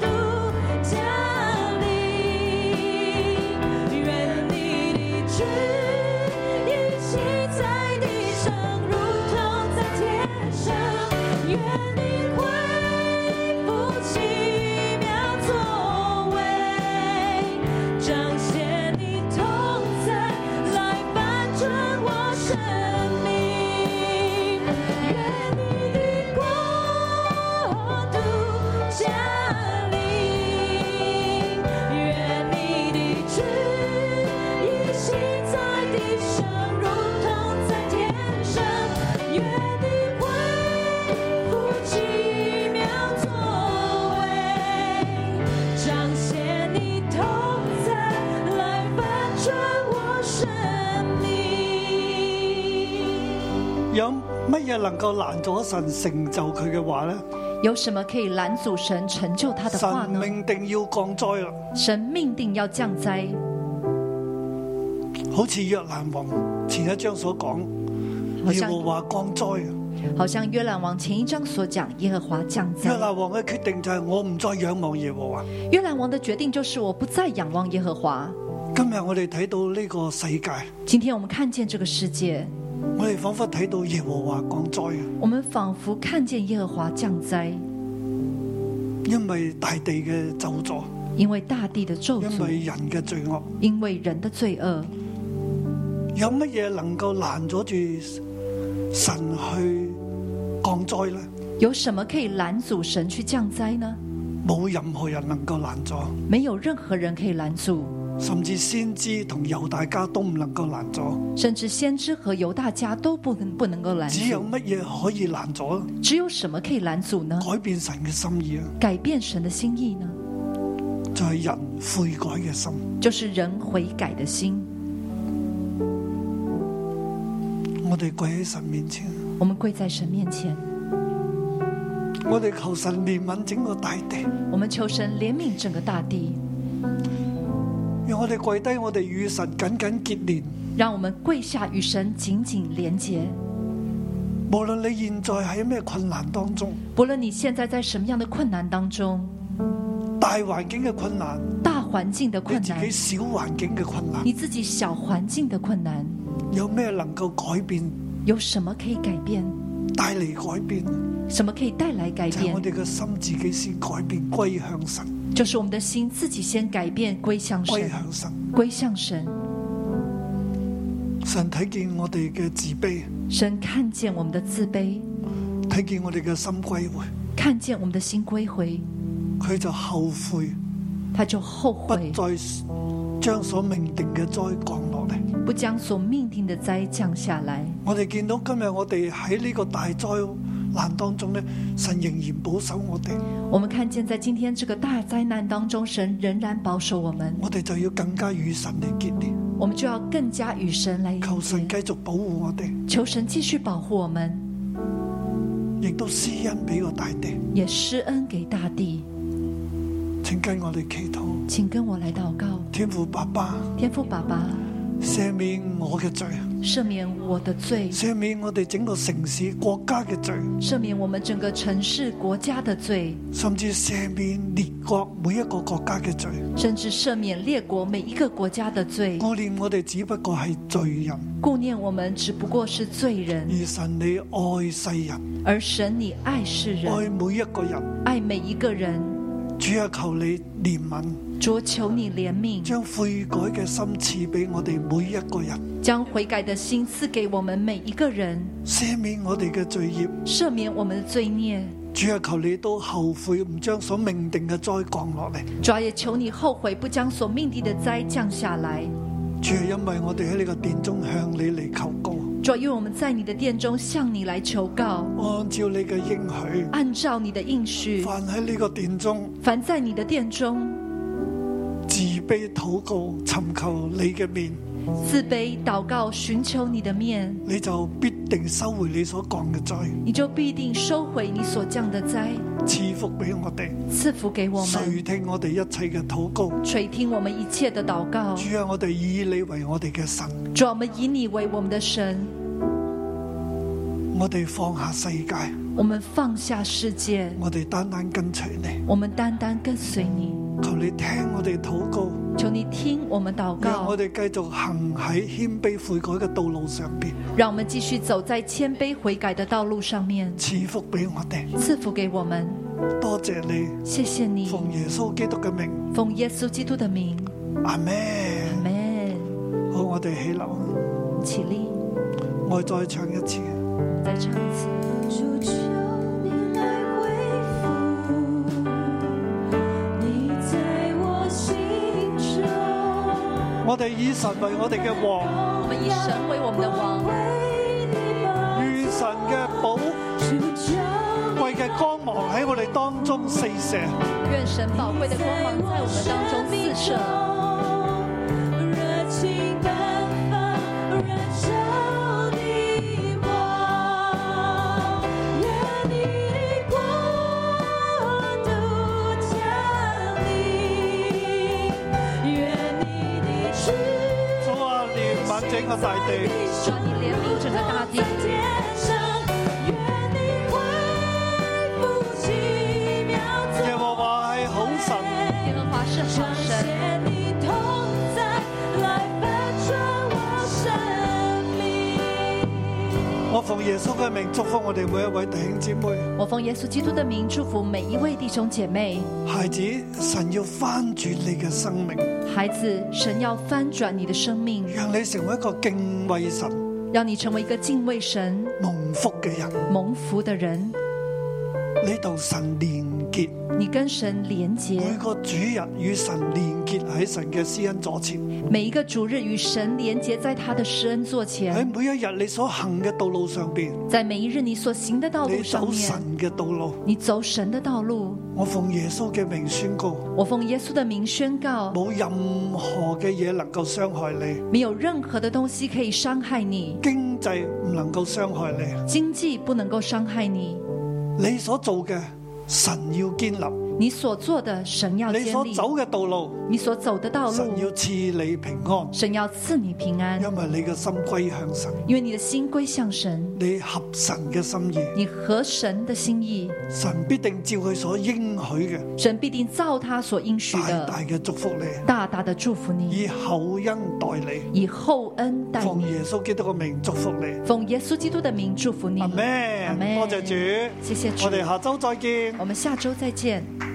D: 度降臨，願你的旨意行在地上，如同在天上。願你恢復奇妙作為，彰顯你同在，來翻轉我生命。願你的國度降臨，願你的旨意行在地上，如同在天上。願你恢復奇妙作為，彰顯你同在，來翻轉我生命。
B: 有乜嘢能夠攔阻神成就佢嘅話呢？
C: 有什么可以拦阻神成就啊他的话
B: 神
C: 呢？
B: 命定要降災啦，
C: 神命定要降灾，
B: 好似約蘭王前一章所講，
C: 好
B: 耶
C: 像
B: 和華降災啊！
C: 好像约兰王前一章所讲，耶和华降灾
B: 約。蘭王嘅決定就係我唔再仰望耶和華。
C: 约兰王的决定就是我不再仰望耶和华。
B: 今日我哋睇到呢個世界，
C: 今天我们看见这个世界，
B: 我哋仿佛睇到耶和華降災啊！
C: 我们仿佛看见耶和华降灾，
B: 因為大地嘅咒詛，
C: 因为大地的咒
B: 因
C: 诅，
B: 為人嘅罪惡，
C: 因为人的罪恶。
B: 有乜嘢能夠攔阻住神去降災呢？
C: 有什么可以拦阻神去降灾呢？
B: 冇任何人能夠攔阻。
C: 没有任何人可以拦阻，
B: 甚至先知同猶大家都唔能夠攔阻，
C: 甚至先知和犹大家都不能不能够拦
B: 只有
C: 阻。
B: 乜嘢可以攔阻？
C: 只有什么可以拦阻呢？
B: 改變神嘅心意啊，
C: 改变神的心意呢？
B: 就係人悔改嘅心。
C: 就是人悔改的心。
B: 我哋跪喺神面前，
C: 我们跪在神面前，
B: 我哋求神憐憫整個大地，
C: 我们求神怜悯整个大地，
B: 讓我哋跪低，我哋與神緊緊結連。
C: 让我们跪下与神紧紧连结。
B: 無論你現在喺咩困難當中，
C: 不论你现在在什么样的困难当中，
B: 大環境嘅困難，
C: 大环境的
B: 你
C: 困
B: 自
C: 难
B: 己，小環境嘅困難，
C: 你自己小环境的困难，
B: 有咩能夠改變、
C: 有什么可以改变？
B: 帶嚟改變？
C: 什么可以带来改
B: 就係
C: 变
B: 我？哋嘅心自己先改變，歸向神，
C: 就是我们的心自己先改变，归向
B: 歸
C: 神，
B: 向神。
C: 归向神。
B: 神睇見我哋嘅自卑，
C: 神看见我们的自卑，
B: 睇見我哋嘅心歸回，
C: 看见我们的心归回，
B: 佢就後悔，
C: 他就后
B: 不
C: 悔，
B: 再將所命定嘅災降落嚟。
C: 不将所命定的灾降下来。
B: 我哋見到今日我哋喺呢個大災難當中咧，神仍然保守我哋，
C: 我们看见，在今天这个大灾难当中，神仍然保守我们，
B: 我哋就要更加與神嚟結連，
C: 我们就要更加与神来
B: 求神
C: 连
B: 繼
C: 接，
B: 續保護我哋，
C: 求神继续保护我们，
B: 亦都施恩俾個大地。
C: 也施恩给大地。
B: 请跟我哋祈祷，
C: 请跟我来祷告，
B: 天父爸爸，
C: 天父爸爸，
B: 赦免我嘅罪，
C: 赦免我的罪，
B: 赦免我哋整个城市、国家嘅罪，
C: 赦免我们整个城市、国家的罪，
B: 甚至赦免列国每一个国家嘅罪。
C: 甚至赦免列国每一个国家的罪。
B: 我念我哋只不过系罪人，
C: 顾念我们只不过是罪人，
B: 而神你爱世人，
C: 而神你爱世人，
B: 爱每一个人。
C: 爱每一个人。
B: 主啊，求你怜悯，
C: 主求你怜悯，
B: 将悔改嘅心赐俾我哋每一个人，
C: 将悔改的心赐给我们每一个人，
B: 赦免我哋嘅罪孽。
C: 赦免我们的罪孽。
B: 主啊，求你都後悔，唔將所命定嘅災降落嚟。
C: 主啊，也求你后悔不将所命定的灾降下来。
B: 主啊，因為我哋喺你個殿中向你嚟求告，
C: 主啊，因为我们在你的殿中向你来求告，
B: 按照你嘅應許，
C: 按照你的应许，
B: 凡喺呢個殿中
C: 凡在你的殿中
B: 自卑禱告、尋求你嘅面，
C: 自卑祷告，寻求你的面，
B: 你就必定收回你所降嘅災，
C: 你就必定收回你所降的灾，
B: 賜福俾我哋，
C: 赐福给我们，
B: 垂聽我哋一切嘅禱告。
C: 垂听我们一切的祷告。
B: 主啊，我哋以你為我哋嘅神，
C: 主啊，我们以你为我们的神，
B: 我哋放下世界，
C: 我们放下世界，
B: 我哋單單跟隨你。
C: 我们单单跟随你。
B: 求你聽我哋禱告。
C: 求你听我们祷
B: 让我
C: 告，
B: 哋繼續行喺謙卑悔改嘅道路上边，
C: 让我们继续走在谦卑悔改的道路上面，
B: 賜福俾我哋。
C: 赐福给我们。
B: 多謝你，
C: 谢谢你，
B: 奉耶穌基督嘅名，
C: 奉耶稣基督的名，
B: 阿咩？
C: 阿门。
B: 好，我哋起立，啊
C: 起立，
B: 我再唱一次。
C: 我们再唱一次。
G: 主求你来恢复，你在我心中。
B: 我哋以神為我哋嘅王，
C: 我们以神为我们的王，
G: 为你吧，
B: 願神嘅寶
G: 主求
B: 貴嘅光芒喺我哋當中四射。
C: 愿神宝贵的光芒在我们当中四射。
G: 中，热情奔放，燃烧的光，愿你的国度降临，愿你的旨
B: 主啊，憐憫整個大地，
C: 主啊，你怜悯整个大地，
G: 天上，愿你恢复奇妙作
B: 耶和華係好神，
C: 耶和华是好
G: 彰
C: 神，
G: 显你同在，来翻转我生命。
B: 我奉耶穌嘅名祝福我哋每一位弟兄姊妹。
C: 我奉耶稣基督的名祝福每一位弟兄姐妹。
B: 孩子，神要翻轉你嘅生命，
C: 孩子，神要翻转你的生命，
B: 讓你成為一個敬畏神。
C: 让你成为一个敬畏神、
B: 蒙福嘅人，
C: 蒙福的人。
B: 呢度神連結，
C: 你跟神连结，
B: 每個主日與神連結喺神嘅施恩座前，
C: 每一个主日与神连结，在他的施恩座
B: 喺
C: 前，
B: 每一日你所行嘅道路上边，
C: 在每一日你所行的道
B: 你
C: 路上
B: 走
C: 面，
B: 神嘅道路。
C: 你走神的道路。
B: 我奉耶穌嘅名宣告，
C: 我奉耶稣的名宣告，
B: 冇任何嘅嘢能夠傷害你，
C: 没有任何的东西可以伤害你，
B: 經濟唔能夠傷害你，
C: 经济不能够伤害你，
B: 你所做嘅神要堅立，
C: 你所做的神要
B: 你
C: 建
B: 所
C: 立，
B: 走嘅道路
C: 你所走的道
B: 神要
C: 路，
B: 賜你平安，
C: 神要赐你平安，
B: 因為你嘅心歸向神，
C: 因为你的心归向神，
B: 你合神嘅心意，
C: 你合神的心意，
B: 神必定照佢所應許嘅。
C: 神必定照他所应许
B: 大大嘅
C: 的，
B: 祝福你，
C: 大大的祝福你，
B: 以厚恩待你，
C: 以厚恩待
B: 奉
C: 你。
B: 耶穌基督嘅名祝福你。
C: 奉耶稣基督的名祝福你。
B: 阿
C: 阿
B: 咩？
C: 们
B: 多謝主，
C: 谢谢主
B: 我。哋下周再見。
C: 我们下周再见。